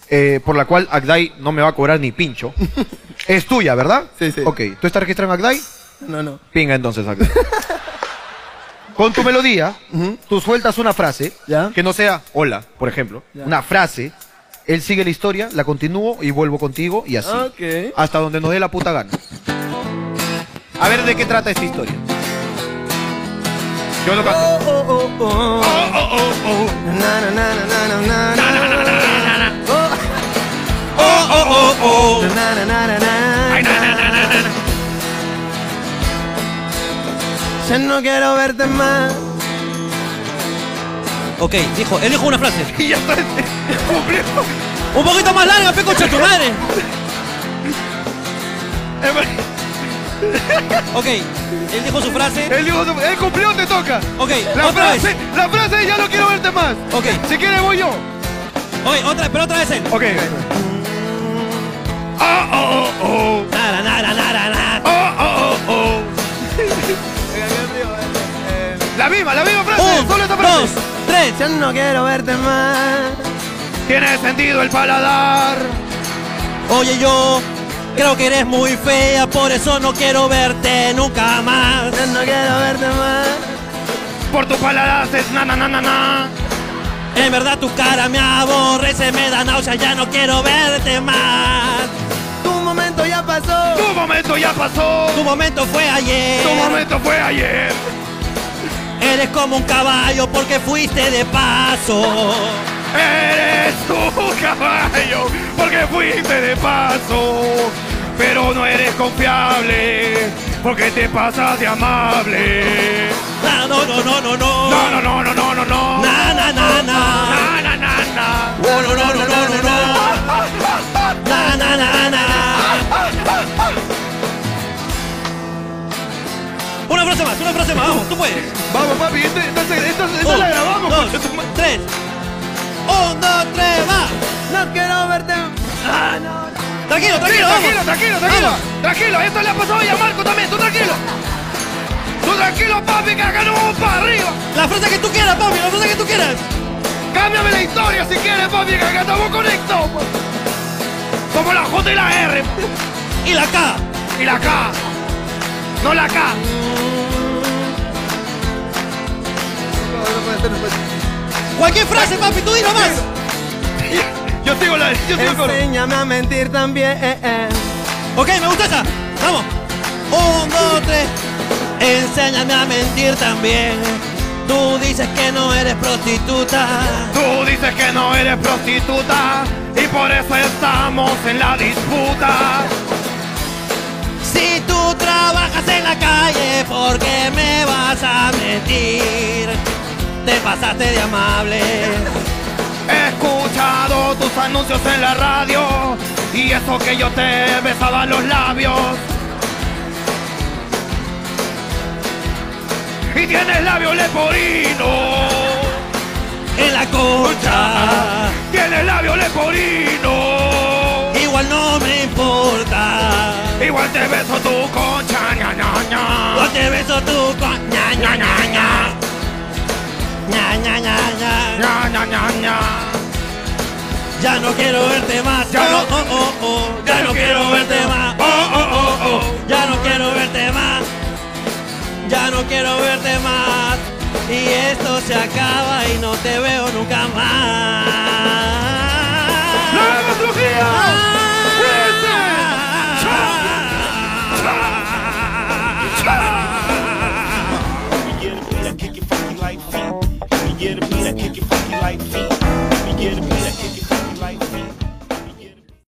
Eh, por la cual Agdai no me va a cobrar ni pincho. es tuya, ¿verdad? Sí, sí. Ok, ¿tú estás registrado en Agdai? No, no. Pinga entonces, Agdai. Con tu melodía, tú sueltas una frase Ya. que no sea hola, por ejemplo. Ya. Una frase. Él sigue la historia, la continúo y vuelvo contigo y así. Ok. Hasta donde nos dé la puta gana. A ver de qué trata esta historia. Yo lo canto. Oh, oh, oh, oh. Na, na, na, na, na, na, na. Oh. Na, na, na, na, na, na. Ya no quiero verte más. Ok, dijo, él dijo una frase. Y ya está. Cumplió. ¡Un poquito más larga, pe concha tu madre! Ok, él dijo su frase. Eh, Él dijo, él cumplió, te toca. Ok, La otra frase, vez. la frase de ya no quiero verte más. Ok, Si quieres voy yo. ok, otra pero otra vez él. Ok. Ah, oh, oh, Nara, nara, nara, nara. oh. Ah, oh, oh, oh. La misma, la misma frase. Un, Solo esta frase. dos, tres. Ya no quiero verte más. Tiene sentido el paladar. Oye, yo creo que eres muy fea, por eso no quiero verte nunca más. Ya no quiero verte más. Por tu paladar haces na na na na na. En verdad tu cara me aborrece, me da náusea, ya no quiero verte más. Tu momento ya pasó. Tu momento ya pasó. Tu momento fue ayer. Tu momento fue ayer. Eres como un caballo porque fuiste de paso. Eres tu caballo porque fuiste de paso, pero no eres confiable porque te pasas de amable. No, no, no, no, no, no. No, no, no, no, no, no, no. Na, na, na, na. Na, na, na, na. No, no, no, no, no, no, no. Na, na, na, na. Una frase más, una frase más, vamos, tú puedes. Vamos, papi, esta, esta- esta- esta Un, la grabamos. dos, concha tu ma- tres. tres. Un, dos, tres, va. No quiero verte. Ah, no, no. Tranquilo, tranquilo, tranquilo, tranquilo, tranquilo. Tranquilo, esto le ha pasado ya a Marco también. Tú tranquilo. Tú tranquilo, papi, que acá no vamos para arriba. La frase que tú quieras, papi, la frase que tú quieras. Cámbiame la historia si quieres, papi, que acá estamos conectados. pues. Como la J y la R. Y la K. Y la K. No la K. Cualquier frase, papi, tú di nomás. Yo sigo la. Yo sigo con. Enséñame a mentir también. Ok, me gusta esa. Vamos. Un, dos, tres. Enséñame a mentir también. Tú dices que no eres prostituta. Tú dices que no eres prostituta. Y por eso estamos en la disputa. Si tú trabajas en la calle, ¿por qué me vas a mentir? Te pasaste de amable. He escuchado tus anuncios en la radio y eso que yo te besaba los labios. Y tienes labio leporino en la concha. Tienes labio leporino. Igual no me importa. Igual te beso tu concha, ña, ña, ña. Igual te beso tu concha, ña, ña, ña, ña. Ña, ña, ña, ña. Ña, ña, ña, ña. Ya no quiero verte más. Ya no, oh, oh, oh. Ya no quiero verte más. Oh, oh, oh, oh. Ya no quiero verte más. Ya no quiero verte más. Y esto se acaba y no te veo nunca más. Ah. Ah.